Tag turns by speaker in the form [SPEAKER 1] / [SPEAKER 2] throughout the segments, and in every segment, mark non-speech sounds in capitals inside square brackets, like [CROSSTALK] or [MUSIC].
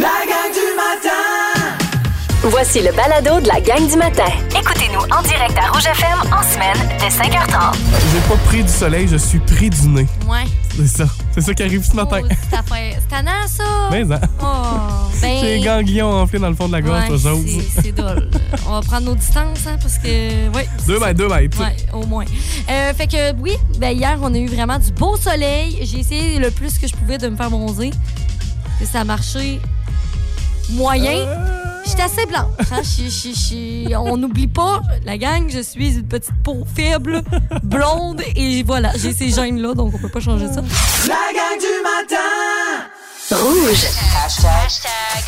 [SPEAKER 1] La gang du matin!
[SPEAKER 2] Voici le balado de la gang du matin.
[SPEAKER 3] Écoutez-nous en direct à Rouge FM en semaine de 5h30.
[SPEAKER 4] J'ai pas pris du soleil, je suis pris du nez.
[SPEAKER 5] Ouais.
[SPEAKER 4] C'est ça. C'est ça qui arrive ce matin.
[SPEAKER 5] Oh, c'est affaire- c'est tannant, ça.
[SPEAKER 4] Mais hein,
[SPEAKER 5] Oh,
[SPEAKER 4] [LAUGHS]
[SPEAKER 5] ben.
[SPEAKER 4] j'ai les ganglions enflés dans le fond de la gorge,
[SPEAKER 5] ouais,
[SPEAKER 4] ça jase.
[SPEAKER 5] c'est-
[SPEAKER 4] [LAUGHS]
[SPEAKER 5] C'est drôle. On va prendre nos distances, hein, parce que. Ouais.
[SPEAKER 4] Deux mètres, deux mètres.
[SPEAKER 5] Ouais, au moins. Euh, fait que oui, ben, hier, on a eu vraiment du beau soleil. J'ai essayé le plus que je pouvais de me faire bronzer. Et ça a marché moyen.
[SPEAKER 4] Euh,
[SPEAKER 5] J'étais assez blanche. hein. Je- je- je- On n'oublie pas, la gang, je suis une petite peau faible, blonde, et voilà, j'ai ces gènes-là, donc on peut pas changer ça.
[SPEAKER 1] La gang du matin!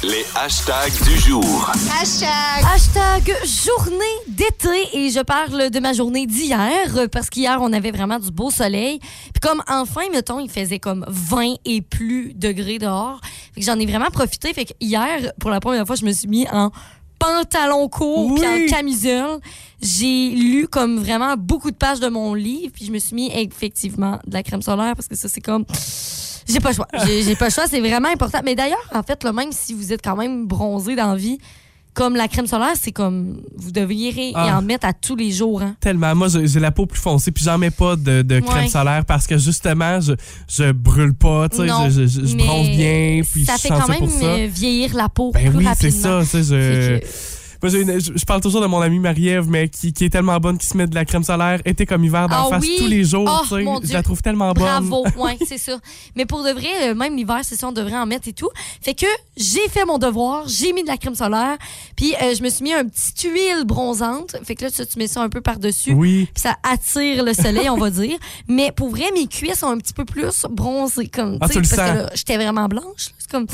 [SPEAKER 6] Les hashtags du jour.
[SPEAKER 5] Hashtag journée d'été et je parle de ma journée d'hier euh, parce qu'hier on avait vraiment du beau soleil. Puis comme enfin mettons, il faisait comme 20 et plus degrés dehors. Fait que j'en ai vraiment profité fait que hier pour la première fois je me suis mis en pantalon court puis
[SPEAKER 4] Oui.
[SPEAKER 5] en camisole. J'ai lu comme vraiment beaucoup de pages de mon livre puis je me suis mis effectivement de la crème solaire parce que ça c'est comme j'ai pas le choix. J'ai j'ai pas le choix, c'est vraiment important. Mais d'ailleurs, en fait, le même si vous êtes quand même bronzé dans la vie, comme la crème solaire, c'est comme vous devriez y
[SPEAKER 4] Ah.
[SPEAKER 5] en mettre à tous les jours. Hein.
[SPEAKER 4] Tellement. Moi, j'ai j'ai la peau plus foncée, puis j'en mets pas de, de crème
[SPEAKER 5] Ouais.
[SPEAKER 4] solaire parce que justement, je, je brûle pas, tu sais,
[SPEAKER 5] Non,
[SPEAKER 4] je, je, je
[SPEAKER 5] mais
[SPEAKER 4] bronze bien, puis
[SPEAKER 5] ça
[SPEAKER 4] je suis
[SPEAKER 5] fait quand
[SPEAKER 4] chanceux
[SPEAKER 5] même
[SPEAKER 4] pour ça.
[SPEAKER 5] euh, vieillir la peau
[SPEAKER 4] Ben
[SPEAKER 5] plus
[SPEAKER 4] oui, c'est
[SPEAKER 5] rapidement.
[SPEAKER 4] ça, tu sais, je.
[SPEAKER 5] Fait que-
[SPEAKER 4] Moi, j'ai une- je, je parle toujours de mon amie Marie-Ève, mais qui, qui est tellement bonne, qui se met de la crème solaire, été comme hiver, d'en
[SPEAKER 5] Ah
[SPEAKER 4] face
[SPEAKER 5] oui?
[SPEAKER 4] tous les jours.
[SPEAKER 5] Oh,
[SPEAKER 4] tu sais.
[SPEAKER 5] mon Dieu.
[SPEAKER 4] Je la trouve tellement bonne.
[SPEAKER 5] Bravo, ouais, c'est ça. Mais pour de vrai, euh, même l'hiver, c'est ça, on devrait en mettre et tout. Fait que j'ai fait mon devoir, j'ai mis de la crème solaire, puis euh, je me suis mis un petit huile bronzante. Fait que là, ça, tu mets ça un peu par-dessus.
[SPEAKER 4] Oui.
[SPEAKER 5] Puis ça attire le soleil,
[SPEAKER 4] [LAUGHS]
[SPEAKER 5] on va dire. Mais pour vrai, mes cuisses sont un petit peu plus bronzées. Comme,
[SPEAKER 4] Ah,
[SPEAKER 5] tu sais,
[SPEAKER 4] tu le
[SPEAKER 5] parce
[SPEAKER 4] sens.
[SPEAKER 5] que là, j'étais vraiment blanche. là. C'est comme,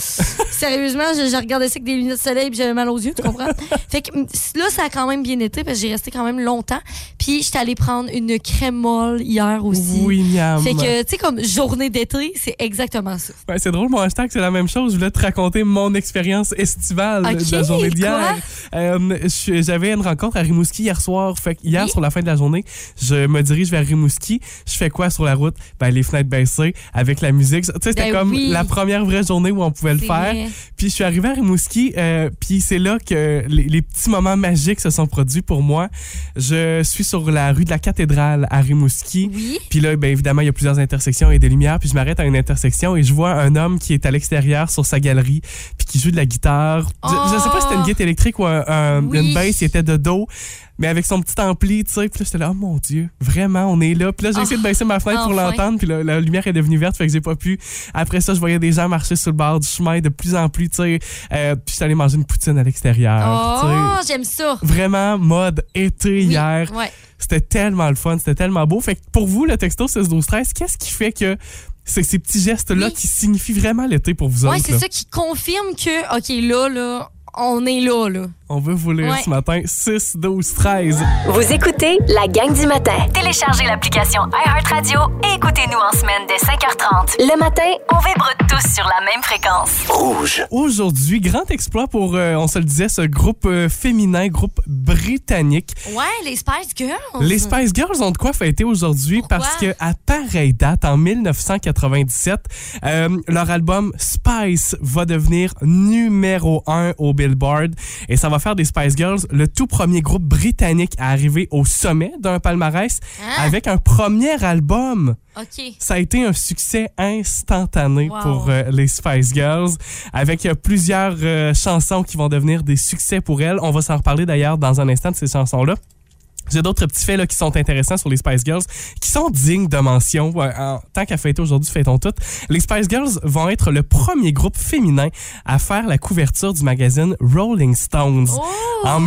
[SPEAKER 5] sérieusement, je, je regardais ça avec des lunettes de soleil puis j'avais mal aux yeux,
[SPEAKER 4] [LAUGHS]
[SPEAKER 5] tu comprends? fait que mm, là, ça a quand même bien été parce que j'ai resté quand même longtemps. Puis j'étais allée prendre une crème molle hier aussi.
[SPEAKER 4] Oui, miam.
[SPEAKER 5] Fait que, tu sais, comme journée d'été, c'est exactement ça.
[SPEAKER 4] Ouais, c'est drôle, mon hashtag, c'est la même chose. Je voulais te raconter mon expérience estivale
[SPEAKER 5] Ok,
[SPEAKER 4] de la journée d'hier. Euh, je- J'avais une rencontre à Rimouski hier soir. Fait que hier,
[SPEAKER 5] Oui.
[SPEAKER 4] sur la fin de la journée, je me dirige vers Rimouski. Je fais quoi sur la route? Ben, les fenêtres baissées, avec la musique. Tu sais, c'était
[SPEAKER 5] Ben
[SPEAKER 4] comme
[SPEAKER 5] oui.
[SPEAKER 4] la première vraie journée où on pouvait le
[SPEAKER 5] C'est
[SPEAKER 4] faire.
[SPEAKER 5] vrai.
[SPEAKER 4] Puis je suis arrivé à Rimouski, euh, puis c'est là que les, les petits moments magiques se sont produits pour moi. Je suis sur la rue de la Cathédrale à Rimouski.
[SPEAKER 5] Oui.
[SPEAKER 4] Puis là, ben, évidemment, il y a plusieurs intersections et des lumières. Puis je m'arrête à une intersection et je vois un homme qui est à l'extérieur sur sa galerie, puis qui joue de la guitare. Je, je sais pas si c'était une guitare électrique ou un- un-
[SPEAKER 5] Oh! Oui.
[SPEAKER 4] une bass, il était de dos, mais avec son petit ampli, tu sais. Puis là, j'étais là, oh mon Dieu, vraiment, on est là. Puis là, j'ai
[SPEAKER 5] Ah,
[SPEAKER 4] essayé de baisser ma fenêtre pour
[SPEAKER 5] enfin.
[SPEAKER 4] l'entendre, puis là, la lumière est devenue verte, fait que j'ai pas pu. Après ça, je voyais des gens marcher sur le bord du chemin de plus en plus, tu sais. Euh, puis j'étais allé manger une poutine à l'extérieur, Ah, tu
[SPEAKER 5] Oh,
[SPEAKER 4] sais.
[SPEAKER 5] j'aime ça.
[SPEAKER 4] Vraiment mode été
[SPEAKER 5] Oui,
[SPEAKER 4] hier.
[SPEAKER 5] Ouais.
[SPEAKER 4] C'était tellement le fun, c'était tellement beau. Fait que pour vous, le texto 16 12 13 qu'est-ce qui fait que c'est ces petits gestes-là
[SPEAKER 5] Oui.
[SPEAKER 4] qui signifient vraiment l'été pour vous
[SPEAKER 5] Ouais,
[SPEAKER 4] autres?
[SPEAKER 5] c'est
[SPEAKER 4] là?
[SPEAKER 5] ça qui confirme que, OK, là, là, on est là, là.
[SPEAKER 4] On veut vous lire
[SPEAKER 5] Ouais.
[SPEAKER 4] ce matin 6 12 13
[SPEAKER 2] Vous écoutez la gang du matin.
[SPEAKER 3] Téléchargez l'application iHeartRadio et écoutez-nous en semaine de 5h30.
[SPEAKER 2] Le matin,
[SPEAKER 3] On vibre tous sur la même fréquence.
[SPEAKER 4] Aujourd'hui, grand exploit pour, euh, on se le disait, ce groupe euh, féminin, groupe britannique.
[SPEAKER 5] Ouais, les Spice Girls.
[SPEAKER 4] Les Spice Girls ont de quoi fêter aujourd'hui
[SPEAKER 5] Pourquoi?
[SPEAKER 4] parce que à pareille date, en 1997, euh, leur album Spice va devenir numéro un au Billboard et ça va faire des Spice Girls le tout premier groupe britannique à arriver au sommet d'un palmarès
[SPEAKER 5] Hein?
[SPEAKER 4] avec un premier album.
[SPEAKER 5] OK.
[SPEAKER 4] Ça a été un succès instantané
[SPEAKER 5] Wow.
[SPEAKER 4] pour euh, les Spice Girls, avec euh, plusieurs euh, chansons qui vont devenir des succès pour elles. On va s'en reparler d'ailleurs dans un instant de ces chansons-là. J'ai d'autres petits faits là, qui sont intéressants sur les Spice Girls, qui sont dignes de mention. Ouais, En tant qu'à fêter aujourd'hui, fêtons toutes. Les Spice Girls vont être le premier groupe féminin à faire la couverture du magazine Rolling Stones. En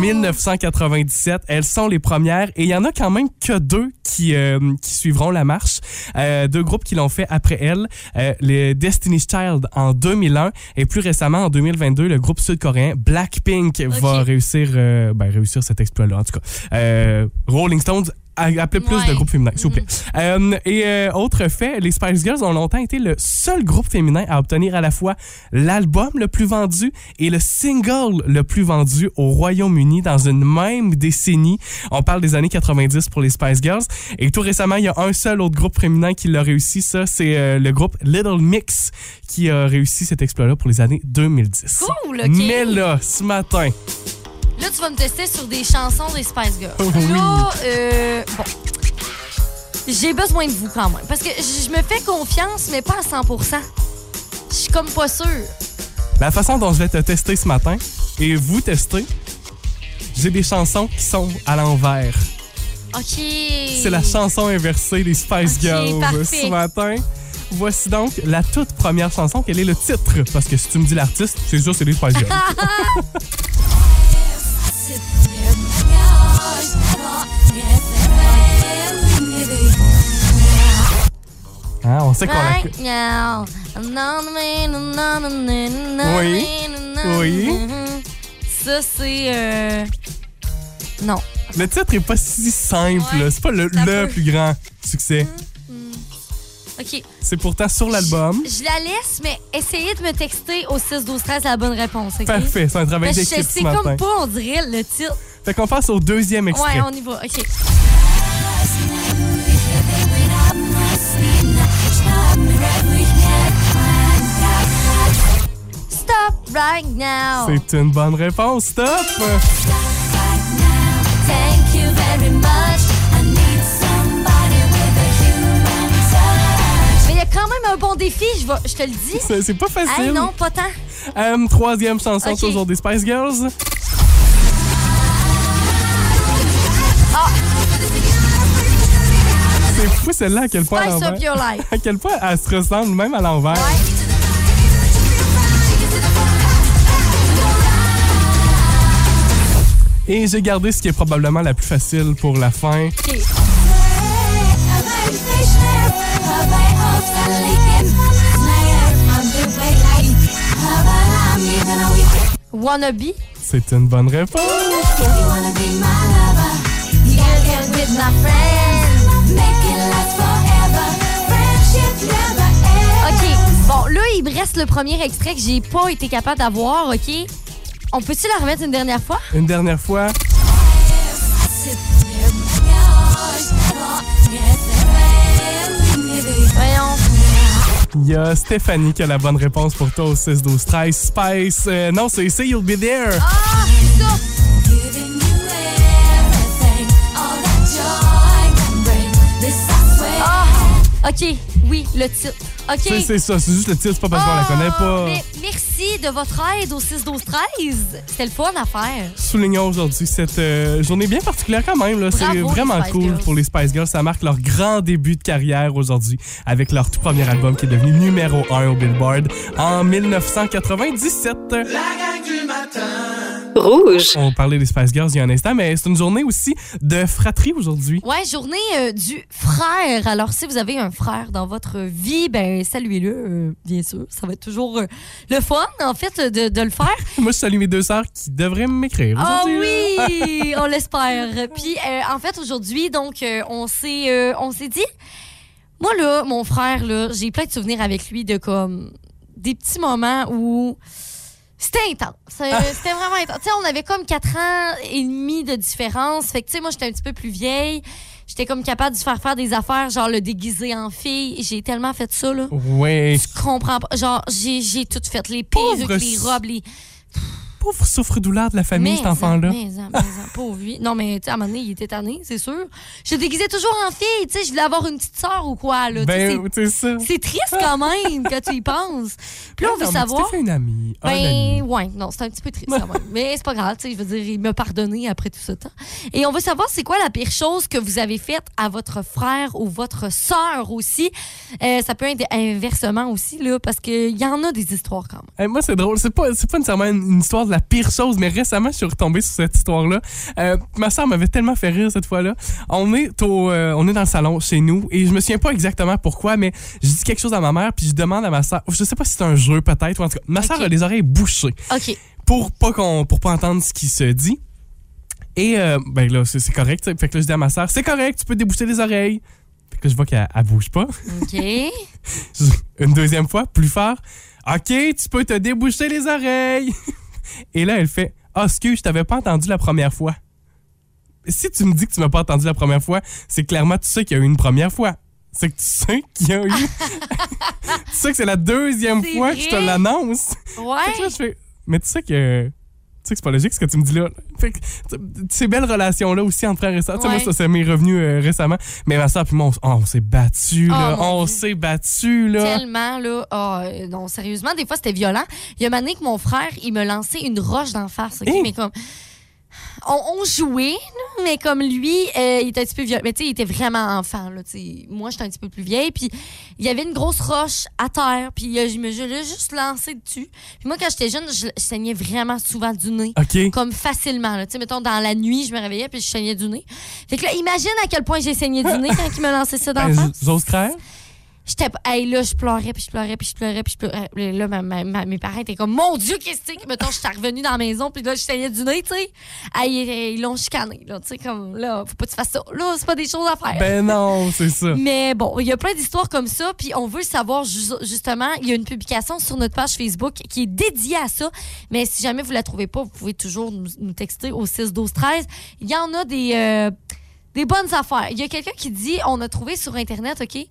[SPEAKER 4] 1997, elles sont les premières et il y en a quand même que deux qui, euh, qui suivront la marche. Euh, deux groupes qui l'ont fait après elles, euh, les Destiny's Child en 2001 et plus récemment en 2022, le groupe sud-coréen Blackpink va réussir, euh, ben, réussir cet exploit-là en tout cas. Euh, Rolling Stones a- appelez plus
[SPEAKER 5] Ouais. Mm-hmm.
[SPEAKER 4] de groupes féminins, s'il vous plaît. Euh, et euh, autre fait, les Spice Girls ont longtemps été le seul groupe féminin à obtenir à la fois l'album le plus vendu et le single le plus vendu au Royaume-Uni dans une même décennie. On parle des années 90 pour les Spice Girls. Et tout récemment, il y a un seul autre groupe féminin qui l'a réussi, ça, c'est euh, le groupe Little Mix qui a réussi cet exploit-là pour les années 2010.
[SPEAKER 5] Cool, ok.
[SPEAKER 4] Mais là, ce matin,
[SPEAKER 5] Là, tu vas me tester sur des chansons des Spice Girls.
[SPEAKER 4] Oh oui.
[SPEAKER 5] Là, euh, bon. J'ai besoin de vous quand même. Parce que j- je me fais confiance, mais pas à 100 Je suis comme pas sûre.
[SPEAKER 4] La façon dont je vais te tester ce matin et vous tester, j'ai des chansons qui sont à l'envers.
[SPEAKER 5] OK.
[SPEAKER 4] C'est la chanson inversée des Spice
[SPEAKER 5] Ok,
[SPEAKER 4] Girls
[SPEAKER 5] parfait.
[SPEAKER 4] ce matin. Voici donc la toute première chanson. Quel est le titre? Parce que si tu me dis l'artiste, c'est sûr c'est les Spice
[SPEAKER 5] [LAUGHS]
[SPEAKER 4] Girls. Hein, on sait qu'on la...
[SPEAKER 5] Right now.
[SPEAKER 4] Oui. Oui.
[SPEAKER 5] Ça, c'est. euh, Non.
[SPEAKER 4] Le titre est pas si simple.
[SPEAKER 5] Ouais,
[SPEAKER 4] c'est pas le,
[SPEAKER 5] ça
[SPEAKER 4] le
[SPEAKER 5] peut. Hum.
[SPEAKER 4] plus grand succès.
[SPEAKER 5] OK.
[SPEAKER 4] C'est pourtant sur l'album.
[SPEAKER 5] Je, je la laisse, mais essayez de me texter au 6-12-13 la bonne réponse. OK?
[SPEAKER 4] Parfait, c'est un travail
[SPEAKER 5] Parce que
[SPEAKER 4] d'équipe
[SPEAKER 5] je
[SPEAKER 4] ce
[SPEAKER 5] sais
[SPEAKER 4] matin.
[SPEAKER 5] comme pas, on dirait le titre.
[SPEAKER 4] Fait qu'on passe au deuxième extrait.
[SPEAKER 5] Ouais, on y va. OK. Stop right now.
[SPEAKER 4] C'est une bonne réponse. Stop!
[SPEAKER 5] Thank you very much. I need somebody with a human touch. Mais il y a quand même un bon défi, je, vais- je te le dis.
[SPEAKER 4] C'est c'est pas facile.
[SPEAKER 5] Hey, non, pas tant.
[SPEAKER 4] Euh, troisième chanson,
[SPEAKER 5] Ok.
[SPEAKER 4] toujours des Spice Girls.
[SPEAKER 5] Ah.
[SPEAKER 4] C'est fou celle-là à quel point à
[SPEAKER 5] Spice up
[SPEAKER 4] l'envers.
[SPEAKER 5] your life.
[SPEAKER 4] [LAUGHS] À quel point elle se ressemble même à l'envers. Et j'ai gardé ce qui est probablement la plus facile pour la fin.
[SPEAKER 5] OK. Wannabe.
[SPEAKER 4] C'est une bonne réponse.
[SPEAKER 5] OK. Bon, là, il me reste le premier extrait que j'ai pas été capable d'avoir, OK? On peut-tu la remettre une dernière fois?
[SPEAKER 4] Une dernière fois.
[SPEAKER 5] Voyons.
[SPEAKER 4] Il y a Stéphanie qui a la bonne réponse pour toi au 6 12 13 Spice. euh, non, c'est Say You'll Be There.
[SPEAKER 5] Ah, ça! Ah! OK, oui, le titre. OK.
[SPEAKER 4] C'est- C'est ça, c'est juste le titre, c'est pas parce qu'on la connaît
[SPEAKER 5] Ah,
[SPEAKER 4] pas.
[SPEAKER 5] mais merci de votre aide au 6 12 13. C'était le fun à faire.
[SPEAKER 4] Soulignons aujourd'hui cette euh, journée bien particulière quand même. là. C'est
[SPEAKER 5] Bravo, les
[SPEAKER 4] vraiment
[SPEAKER 5] Spice
[SPEAKER 4] cool
[SPEAKER 5] Girls.
[SPEAKER 4] pour les Spice Girls. Ça marque leur grand début de carrière aujourd'hui avec leur tout premier album qui est devenu numéro 1 au Billboard en 1997.
[SPEAKER 1] La gang du matin.
[SPEAKER 2] Rouge.
[SPEAKER 4] On parlait des Spice Girls il y a un instant, mais c'est une journée aussi de fratrie aujourd'hui.
[SPEAKER 5] Ouais, journée euh, du frère. Alors, si vous avez un frère dans votre vie, ben saluez-le, euh, bien sûr. Ça va être toujours euh, le fun, en fait, euh, de, de le faire.
[SPEAKER 4] Moi, je salue mes deux sœurs qui devraient m'écrire
[SPEAKER 5] Ah
[SPEAKER 4] aujourd'hui.
[SPEAKER 5] oui, [LAUGHS] on l'espère. Puis, euh, en fait, aujourd'hui, donc, euh, on s'est euh, on s'est dit, moi, là, mon frère, là, j'ai plein de souvenirs avec lui de comme des petits moments où c'était intense. [LAUGHS] Euh, C'était vraiment intense. Tu sais, on avait comme 4 ans et demi de différence. Fait que, tu sais, moi, j'étais un petit peu plus vieille. J'étais comme capable de faire faire des affaires, genre le déguiser en fille. J'ai tellement fait ça, là.
[SPEAKER 4] Ouais.
[SPEAKER 5] Je comprends pas. Genre, j'ai j'ai tout fait. Les
[SPEAKER 4] Pauvre
[SPEAKER 5] perruques, les
[SPEAKER 4] s-
[SPEAKER 5] robes, les
[SPEAKER 4] Pauvre souffre-douleur de la famille, cet
[SPEAKER 5] mais en,
[SPEAKER 4] enfant-là.
[SPEAKER 5] Mais en,
[SPEAKER 4] [LAUGHS]
[SPEAKER 5] mais en, pauvre vie. Non, mais tu sais, à un moment donné, il était tanné, c'est sûr. Je le déguisais toujours en fille, tu sais, je voulais avoir une petite sœur ou quoi, là. tu sais,
[SPEAKER 4] Ben, c'est ça.
[SPEAKER 5] c'est c'est triste quand même quand tu y penses. Puis là, on veut
[SPEAKER 4] Non, mais
[SPEAKER 5] savoir.
[SPEAKER 4] Tu t'es fait une amie. un ami.
[SPEAKER 5] Ben, ouais, non, c'est un petit peu triste quand même. Mais c'est pas grave, tu sais, je veux dire, il m'a pardonné après tout ce temps. Et on veut savoir c'est quoi la pire chose que vous avez faite à votre frère ou votre sœur aussi. Euh, ça peut être inversement aussi, là, parce qu'il y en a des histoires quand même.
[SPEAKER 4] Hey, moi, c'est drôle. C'est pas, c'est pas nécessairement une, une histoire de la pire chose, mais récemment, je suis retombé sur cette histoire-là. Euh, ma soeur m'avait tellement fait rire cette fois-là. On est au, euh, on est dans le salon chez nous et je me souviens pas exactement pourquoi, mais je dis quelque chose à ma mère puis je demande à ma soeur. Je sais pas si c'est un jeu peut-être ou en tout cas, ma soeur [LAUGHS]
[SPEAKER 5] Ok.
[SPEAKER 4] a les oreilles bouchées
[SPEAKER 5] OK.
[SPEAKER 4] pour pas qu'on, pour pas entendre ce qui se dit. Et euh, ben là, c'est c'est correct. tu sais. Fait que là, je dis à ma soeur, c'est correct, tu peux déboucher les oreilles. Fait que là, je vois qu'elle elle bouge pas.
[SPEAKER 5] OK.
[SPEAKER 4] [LAUGHS] Une deuxième fois, plus fort. OK, tu peux te déboucher les oreilles. [LAUGHS] Et là, elle fait Ah, excuse, je t'avais pas entendu la première fois. Si tu me dis que tu m'as pas entendu la première fois, c'est clairement tu sais qu'il y a eu une première fois. C'est que tu sais qu'il y a eu. [LAUGHS] tu sais que c'est la deuxième
[SPEAKER 5] C'est
[SPEAKER 4] fois que je te
[SPEAKER 5] vrai.
[SPEAKER 4] l'annonce. Fait que là,
[SPEAKER 5] Ouais.
[SPEAKER 4] je fais, mais tu sais que. Tu sais que c'est pas logique ce que tu me dis là. Fait que, tu- ces belles relations-là aussi entre frères et sœurs. Tu sais,
[SPEAKER 5] Ouais.
[SPEAKER 4] Moi, ça, ça m'est revenu euh, récemment. Mais ma soeur puis moi, on, s- oh, on s'est battu là.
[SPEAKER 5] Oh, mon
[SPEAKER 4] on
[SPEAKER 5] Dieu.
[SPEAKER 4] s'est battu là.
[SPEAKER 5] Tellement, là. Ah, euh, non, sérieusement, des fois, c'était violent. Il y a une année que mon frère, il me lançait une roche d'en face, OK?
[SPEAKER 4] Hein?
[SPEAKER 5] Mais comme. On, on jouait, là, mais comme lui, euh, il était un petit peu violent. Mais tu sais, il était vraiment enfant, là. tu sais. Moi, j'étais un petit peu plus vieille. Puis, il y avait une grosse roche à terre. Puis, il a- je me je l'ai juste lancé dessus. Puis, moi, quand j'étais jeune, je, je saignais vraiment souvent du nez.
[SPEAKER 4] OK.
[SPEAKER 5] Comme facilement, là. Tu sais, mettons, dans la nuit, je me réveillais, puis je saignais du nez. Fait que là, imagine à quel point j'ai saigné du nez quand il me lançait ça d'en
[SPEAKER 4] Ah. [LAUGHS] Ben,
[SPEAKER 5] face.
[SPEAKER 4] j- J'ose craindre.
[SPEAKER 5] J'étais pas- hey, là, je pleurais, puis je pleurais, puis je pleurais, puis je pleurais. Puis Là, ma- ma- ma- mes parents étaient comme, mon Dieu, qu'est-ce que c'est? Mettons, je suis revenue dans la maison, puis là, je saignais du nez, tu sais. Hey, ils- ils l'ont chicané, là, tu sais, comme, là, faut pas que tu fasses ça. Là, c'est pas des choses à faire.
[SPEAKER 4] Ben non, c'est [LAUGHS] ça.
[SPEAKER 5] Mais bon, il y a plein d'histoires comme ça, puis on veut savoir ju- justement, il y a une publication sur notre page Facebook qui est dédiée à ça, mais si jamais vous la trouvez pas, vous pouvez toujours nous, nous texter au 6 12 13. Il y en a des euh, des bonnes affaires. Il y a quelqu'un qui dit on a trouvé sur internet, OK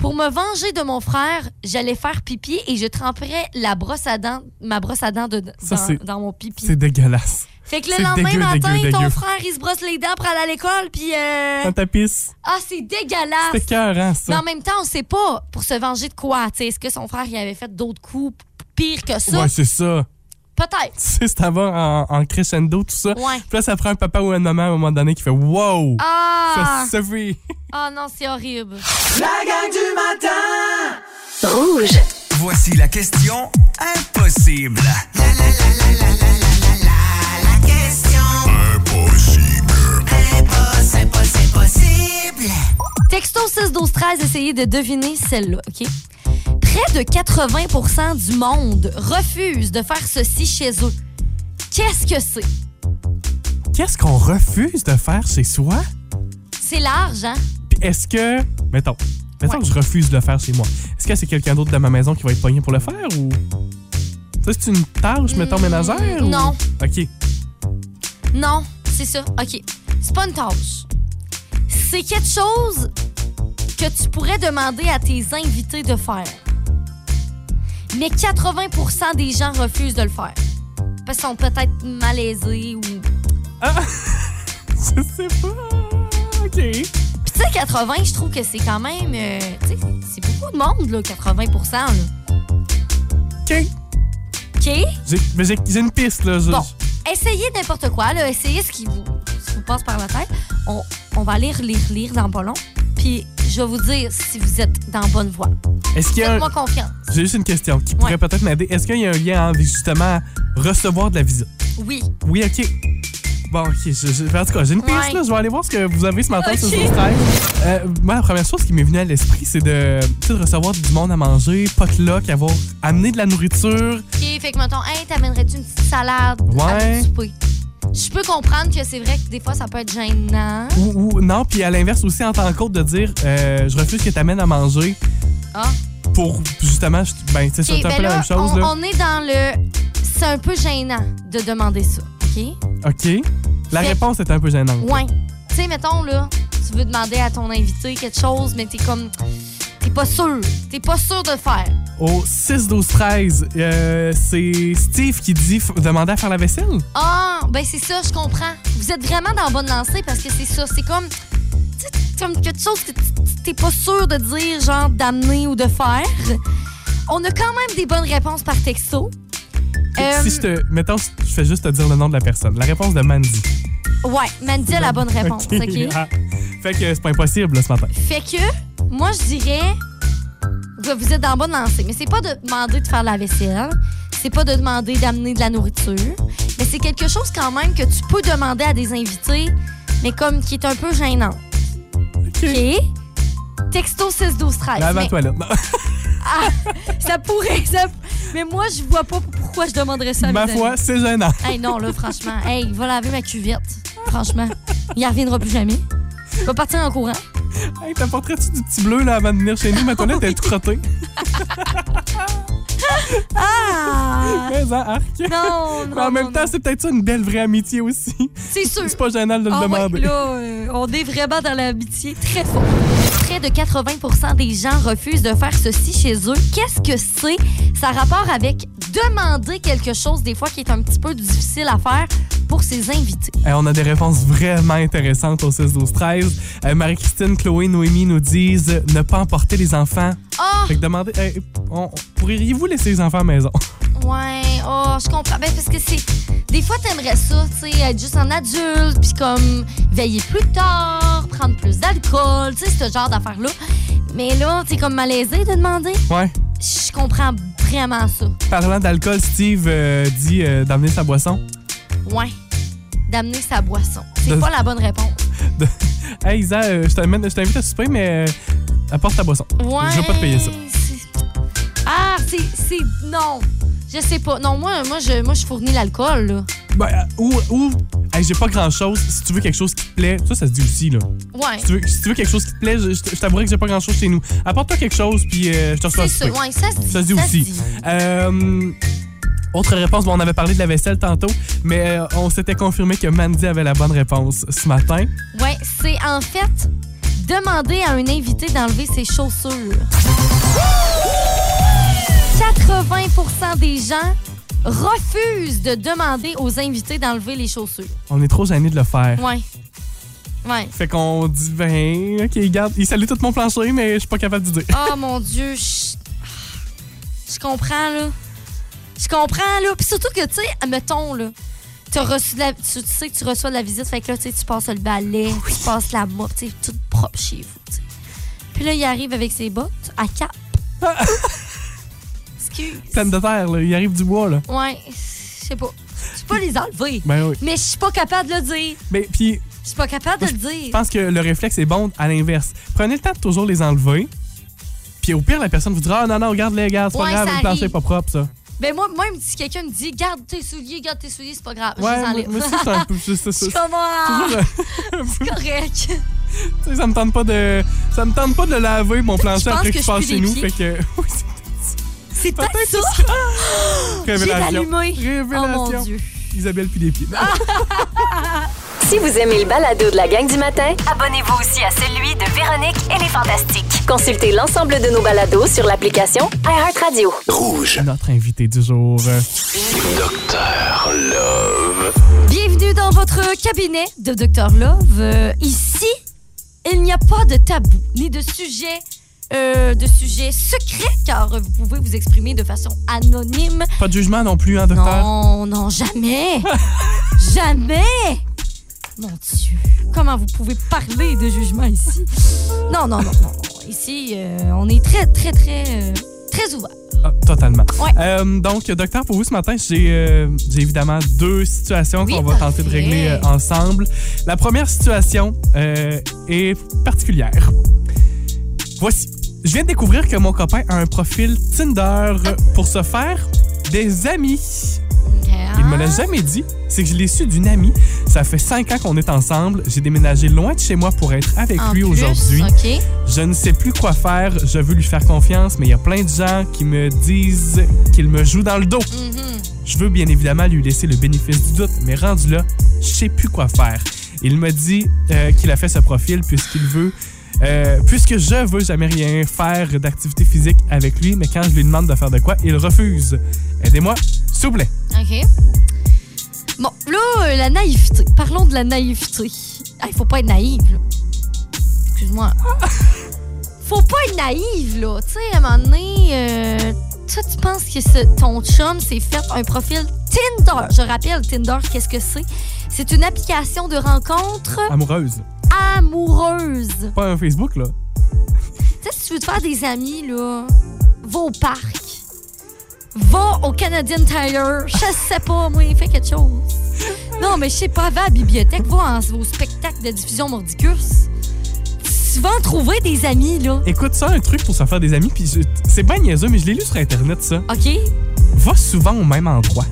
[SPEAKER 5] pour me venger de mon frère, j'allais faire pipi et je tremperais la brosse à dents, ma brosse à dents de-
[SPEAKER 4] Ça,
[SPEAKER 5] dans,
[SPEAKER 4] c'est-
[SPEAKER 5] dans mon pipi.
[SPEAKER 4] C'est dégueulasse.
[SPEAKER 5] Fait que le
[SPEAKER 4] c'est
[SPEAKER 5] lendemain
[SPEAKER 4] dégueu,
[SPEAKER 5] matin,
[SPEAKER 4] dégueu,
[SPEAKER 5] ton
[SPEAKER 4] dégueu. Hein?
[SPEAKER 5] frère, il se brosse les dents pour aller à l'école, puis euh,
[SPEAKER 4] Dans ta pisse.
[SPEAKER 5] ah, c'est dégueulasse.
[SPEAKER 4] C'est écœurant,
[SPEAKER 5] Mais en
[SPEAKER 4] ça.
[SPEAKER 5] même temps, on sait pas pour se venger de quoi. tu sais. Est-ce que son frère il avait fait d'autres coups p- pires que ça?
[SPEAKER 4] Ouais, c'est ça.
[SPEAKER 5] Peut-être.
[SPEAKER 4] Tu sais, ça va en, en crescendo, tout ça.
[SPEAKER 5] Ouais.
[SPEAKER 4] Puis là, ça prend un papa ou un maman à un moment donné qui fait Wow!
[SPEAKER 5] Ah!
[SPEAKER 4] Ça suffit!
[SPEAKER 5] Ah non, c'est horrible.
[SPEAKER 1] La gang du matin
[SPEAKER 2] Rouge.
[SPEAKER 7] Voici la question impossible.
[SPEAKER 5] Texto 6 12 13 essayez de deviner celle-là, OK? Près de 80 du monde refuse de faire ceci chez eux. Qu'est-ce que c'est?
[SPEAKER 4] Qu'est-ce qu'on refuse de faire chez soi?
[SPEAKER 5] C'est large, hein?
[SPEAKER 4] Puis est-ce que, mettons, mettons
[SPEAKER 5] Ouais.
[SPEAKER 4] que je refuse de le faire chez moi, est-ce que c'est quelqu'un d'autre de ma maison qui va être pogné pour le faire ou. Ça, c'est une tâche, mettons,
[SPEAKER 5] Mm,
[SPEAKER 4] ménagère? ou-
[SPEAKER 5] non.
[SPEAKER 4] OK. [LAUGHS]
[SPEAKER 5] Non, c'est ça. OK. C'est pas une tâche. C'est quelque chose que tu pourrais demander à tes invités de faire. Mais 80 des gens refusent de le faire. Parce qu'ils sont peut-être malaisés ou. Puis
[SPEAKER 4] Je sais pas. OK.
[SPEAKER 5] tu sais, 80, je trouve que c'est quand même. euh, tu sais, c'est beaucoup de monde, là, 80 là.
[SPEAKER 4] OK.
[SPEAKER 5] OK?
[SPEAKER 4] J'ai- Mais j'ai j'ai une piste, là. je-
[SPEAKER 5] Bon. Essayez n'importe quoi, là. Essayez ce qui vous, ce qui vous passe par la tête. On, on va aller relire, lire dans pas long. Puis je vais vous dire si vous êtes dans bonne voie.
[SPEAKER 4] Est-ce qu'il y a un-
[SPEAKER 5] Faites-moi confiance.
[SPEAKER 4] J'ai juste une question qui pourrait
[SPEAKER 5] Ouais.
[SPEAKER 4] peut-être m'aider. Est-ce qu'il y a un lien avec justement recevoir de la visite?
[SPEAKER 5] Oui.
[SPEAKER 4] Oui, OK. Bon, OK. Je, je- en tout cas, j'ai une piste,
[SPEAKER 5] Ouais.
[SPEAKER 4] là. Je vais aller voir ce que vous avez ce matin sur
[SPEAKER 5] Ok.
[SPEAKER 4] sur 13. Euh, moi, la première chose qui m'est venue à l'esprit, c'est de, tu sais, de recevoir du monde à manger, potluck, avoir amené de la nourriture.
[SPEAKER 5] OK, fait que mettons, hey, t'amènerais-tu une petite salade à
[SPEAKER 4] Ouais.
[SPEAKER 5] notre souper? Je peux comprendre que c'est vrai que des fois, ça peut être gênant.
[SPEAKER 4] Ou, ou- non, puis à l'inverse aussi, en tant qu'hôte, de dire euh, je refuse que t'amènes à manger
[SPEAKER 5] Ah.
[SPEAKER 4] pour justement, je- ben, tu sais,
[SPEAKER 5] OK,
[SPEAKER 4] c'est un
[SPEAKER 5] ben
[SPEAKER 4] peu la
[SPEAKER 5] là,
[SPEAKER 4] même chose.
[SPEAKER 5] on,
[SPEAKER 4] là.
[SPEAKER 5] on est dans le... C'est un peu gênant de demander ça, OK?
[SPEAKER 4] OK. La
[SPEAKER 5] Fait-
[SPEAKER 4] réponse est un peu gênante.
[SPEAKER 5] Ouais. Tu sais, mettons, là, tu veux demander à ton invité quelque chose, mais t'es comme... T'es pas sûr. T'es pas sûr de le faire.
[SPEAKER 4] Au 6-12-13, euh, c'est Steve qui dit f- demander à faire la vaisselle.
[SPEAKER 5] Ah, ben c'est ça, je comprends. Vous êtes vraiment dans la bonne lancée parce que c'est ça. C'est comme, tu sais, c'est comme quelque chose que tu- tu- t'es pas sûr de dire, genre d'amener ou de faire. On a quand même des bonnes réponses par texto. Euh,
[SPEAKER 4] Si je te. Mettons, je fais juste te dire le nom de la personne. La réponse de Mandy.
[SPEAKER 5] Ouais, Mandy a
[SPEAKER 4] [LAUGHS]
[SPEAKER 5] la bonne réponse, OK?
[SPEAKER 4] Ah. Fait que c'est pas impossible là, ce matin.
[SPEAKER 5] Fait que, moi, je dirais, vous- vous êtes dans la bonne lancée. Mais c'est pas de demander de faire la vaisselle. C'est pas de demander d'amener de la nourriture. Mais c'est quelque chose quand même que tu peux demander à des invités, mais comme qui est un peu gênant.
[SPEAKER 4] OK.
[SPEAKER 5] OK. Texto 6 12 13.
[SPEAKER 4] Lave à
[SPEAKER 5] Mais
[SPEAKER 4] toi là. Non.
[SPEAKER 5] ça pourrait. ça- Mais moi, je vois pas pourquoi je demanderais ça
[SPEAKER 4] [LAUGHS]
[SPEAKER 5] à
[SPEAKER 4] Ma
[SPEAKER 5] mes
[SPEAKER 4] foi,
[SPEAKER 5] amis.
[SPEAKER 4] c'est gênant.
[SPEAKER 5] Hey, non, là, franchement. Hey, va laver ma cuvette. Franchement, il en reviendra plus jamais. Il va partir en courant.
[SPEAKER 4] Hey, t'apporterais-tu du petit bleu là, avant de venir chez
[SPEAKER 5] [LAUGHS]
[SPEAKER 4] nous? Ma toilette est crottée.
[SPEAKER 5] Ah!
[SPEAKER 4] Mais en arc.
[SPEAKER 5] Non, non.
[SPEAKER 4] [LAUGHS] Mais en même
[SPEAKER 5] non,
[SPEAKER 4] temps,
[SPEAKER 5] non.
[SPEAKER 4] c'est peut-être ça une belle vraie amitié aussi.
[SPEAKER 5] c'est sûr.
[SPEAKER 4] [LAUGHS] C'est pas gênant de le
[SPEAKER 5] Ah ouais,
[SPEAKER 4] demander.
[SPEAKER 5] là, euh, on est vraiment dans l'amitié très fort. Près de 80 des gens refusent de faire ceci chez eux. Qu'est-ce que c'est? Ça a rapport avec demander quelque chose, des fois, qui est un petit peu difficile à faire pour ses invités.
[SPEAKER 4] Euh, on a des réponses vraiment intéressantes au 6 12 13. Euh, Marie-Christine, Chloé, Noémie nous disent euh, ne pas emporter les enfants.
[SPEAKER 5] Ah!
[SPEAKER 4] Fait que demandez hey, on- pourriez-vous laisser les enfants à la maison [LAUGHS]
[SPEAKER 5] Ouais, oh, je comprends. Ben, parce que c'est. Des fois, t'aimerais ça, tu sais, être juste en adulte, puis comme veiller plus tard, prendre plus d'alcool, tu sais, ce genre d'affaires-là. Mais là, t'es comme malaisé de demander.
[SPEAKER 4] Ouais.
[SPEAKER 5] Je comprends vraiment ça.
[SPEAKER 4] Parlant d'alcool, Steve euh, dit euh, d'amener sa boisson.
[SPEAKER 5] Ouais. D'amener sa boisson. C'est
[SPEAKER 4] De-
[SPEAKER 5] pas la bonne réponse.
[SPEAKER 4] Hey Isa, euh, je t'amène- je t'invite à souper, mais euh, apporte ta boisson.
[SPEAKER 5] Ouais.
[SPEAKER 4] Je vais pas te payer ça.
[SPEAKER 5] c'est- Ah, c'est. c'est- Non. Je sais pas. Non, moi, moi, je, moi, je fournis l'alcool, là.
[SPEAKER 4] Ben, euh, ou, ou hey, j'ai pas grand-chose. Si tu veux quelque chose qui te plaît, ça, ça se dit aussi, là.
[SPEAKER 5] Ouais.
[SPEAKER 4] Si tu veux, si tu veux quelque chose qui te plaît, je, je t- je t'avouerai que j'ai pas grand-chose chez nous. Apporte-toi quelque chose, puis euh, je te reçois à
[SPEAKER 5] C'est ça.
[SPEAKER 4] souper.
[SPEAKER 5] Ouais, ça se dit.
[SPEAKER 4] Ça se dit
[SPEAKER 5] se
[SPEAKER 4] aussi.
[SPEAKER 5] dit.
[SPEAKER 4] Euh, autre réponse, bon, on avait parlé de la vaisselle tantôt, mais euh, on s'était confirmé que Mandy avait la bonne réponse ce matin.
[SPEAKER 5] Ouais, c'est en fait demander à un invité d'enlever ses chaussures. 80 des gens refusent de demander aux invités d'enlever les chaussures.
[SPEAKER 4] On est trop gênés de le faire.
[SPEAKER 5] Ouais. Ouais.
[SPEAKER 4] Fait qu'on dit, ben, ok, garde, il salue tout mon plancher, mais je suis pas capable de dire. [LAUGHS]
[SPEAKER 5] Oh mon Dieu, je je comprends, là. Je comprends, là. Puis surtout que, tu sais, admettons, là, t'as reçu de la... tu tu sais que tu reçois de la visite, fait que là, tu sais, tu passes le balai, tu passes la mop, tu sais, tout propre chez vous, tu sais. Puis là, il arrive avec ses bottes à cap. Excuse.
[SPEAKER 4] Pleine de terre, là, il arrive du bois, là.
[SPEAKER 5] Ouais, je sais pas. Je peux pas les enlever.
[SPEAKER 4] Ben oui.
[SPEAKER 5] Mais je suis pas capable de le dire.
[SPEAKER 4] Ben, puis,
[SPEAKER 5] Je suis pas capable de le
[SPEAKER 4] je
[SPEAKER 5] dire.
[SPEAKER 4] pense que le réflexe est bon à l'inverse. Prenez le temps de toujours les enlever. Puis au pire, la personne vous dira, ah non, non, garde-les, regarde, c'est
[SPEAKER 5] Ouais,
[SPEAKER 4] pas grave,
[SPEAKER 5] ça
[SPEAKER 4] le plancher
[SPEAKER 5] arrive.
[SPEAKER 4] est pas propre, ça.
[SPEAKER 5] Ben moi, moi si quelqu'un me dit, garde tes souliers, garde tes souliers, c'est pas grave. je les
[SPEAKER 4] Ouais,
[SPEAKER 5] enlève.
[SPEAKER 4] mais
[SPEAKER 5] [LAUGHS]
[SPEAKER 4] c'est un peu. c'est- c'est-
[SPEAKER 5] Je
[SPEAKER 4] [LAUGHS] c'est-
[SPEAKER 5] suis comme, Ah! C'est
[SPEAKER 4] [LAUGHS]
[SPEAKER 5] correct.
[SPEAKER 4] Tu sais, ça me tente pas de ça me tente pas de le laver mon plancher
[SPEAKER 5] pense
[SPEAKER 4] après que
[SPEAKER 5] que
[SPEAKER 4] je
[SPEAKER 5] je
[SPEAKER 4] passe
[SPEAKER 5] pue
[SPEAKER 4] chez
[SPEAKER 5] des
[SPEAKER 4] nous
[SPEAKER 5] pieds.
[SPEAKER 4] fait que oui, c'est-
[SPEAKER 5] C'est pas
[SPEAKER 4] Peut-être
[SPEAKER 5] ça. [LAUGHS] J'ai
[SPEAKER 4] révélation
[SPEAKER 5] allumé. Oh mon
[SPEAKER 4] révélation
[SPEAKER 5] Dieu. Ah!
[SPEAKER 4] Isabelle puis des pieds
[SPEAKER 2] Si vous aimez le balado de la gang du matin,
[SPEAKER 3] Abonnez-vous aussi à celui de Véronique et les Fantastiques.
[SPEAKER 2] consultez l'ensemble de nos balados sur l'application iHeartRadio.
[SPEAKER 6] Rouge.
[SPEAKER 4] notre invité du jour euh,
[SPEAKER 6] Docteur Love.
[SPEAKER 5] Bienvenue dans votre cabinet de Dr Love. Euh, ici, il n'y a pas de tabou ni de sujet. euh, de sujet secret, car vous pouvez vous exprimer de façon anonyme.
[SPEAKER 4] pas de jugement non plus hein docteur
[SPEAKER 5] Non, non, jamais! jamais! Mon Dieu, comment vous pouvez parler de jugement ici? Non, non, non, non. non. Ici, euh, on est très, très, très, euh, très ouvert.
[SPEAKER 4] Ah, totalement
[SPEAKER 5] Ouais.
[SPEAKER 4] Euh, donc docteur pour vous ce matin j'ai euh, j'ai évidemment deux situations
[SPEAKER 5] Oui,
[SPEAKER 4] qu'on va tenter
[SPEAKER 5] parfait.
[SPEAKER 4] de régler euh, ensemble la première situation euh, est particulière voici je viens de découvrir que mon copain a un profil Tinder pour se faire des amis Il me
[SPEAKER 5] Ah.
[SPEAKER 4] l'a jamais dit. C'est que je l'ai su d'une amie. Ça fait cinq ans qu'on est ensemble. J'ai déménagé loin de chez moi pour être avec
[SPEAKER 5] Ah, En
[SPEAKER 4] lui
[SPEAKER 5] plus,
[SPEAKER 4] aujourd'hui.
[SPEAKER 5] OK.
[SPEAKER 4] Je ne sais plus quoi faire. Je veux lui faire confiance, mais il y a plein de gens qui me disent qu'il me joue dans le dos.
[SPEAKER 5] Mhm.
[SPEAKER 4] Je veux bien évidemment lui laisser le bénéfice du doute, mais rendu là, je sais plus quoi faire. Il me dit euh, qu'il a fait ce profil puisqu'il veut. euh, puisque je veux jamais rien faire d'activité physique avec lui, mais quand je lui demande de faire de quoi, il refuse. Aidez-moi, s'il vous plaît.
[SPEAKER 5] OK. Bon, là, euh, la naïveté. Parlons de la naïveté. Ah, Il faut pas être naïve, là. Excuse-moi. faut pas être naïve, là. Tu sais, à un moment donné, euh, toi, tu penses que ce- ton chum s'est fait un profil Tinder. Je rappelle, Tinder, qu'est-ce que c'est? C'est une application de rencontre
[SPEAKER 4] Amoureuse.
[SPEAKER 5] amoureuse.
[SPEAKER 4] Pas un Facebook, là.
[SPEAKER 5] Tu sais, si tu veux te faire des amis, là, va au parc. Va au Canadian Tire. Je sais pas, moi, fais quelque chose. Non, mais je sais pas, va à la bibliothèque, va en- au spectacle de diffusion Mordicus. Tu vas en trouver des amis, là.
[SPEAKER 4] Écoute, ça, un truc pour se faire des amis, puis je- c'est bien niaiseux, mais je l'ai lu sur Internet, ça.
[SPEAKER 5] OK?
[SPEAKER 4] Va souvent au même endroit.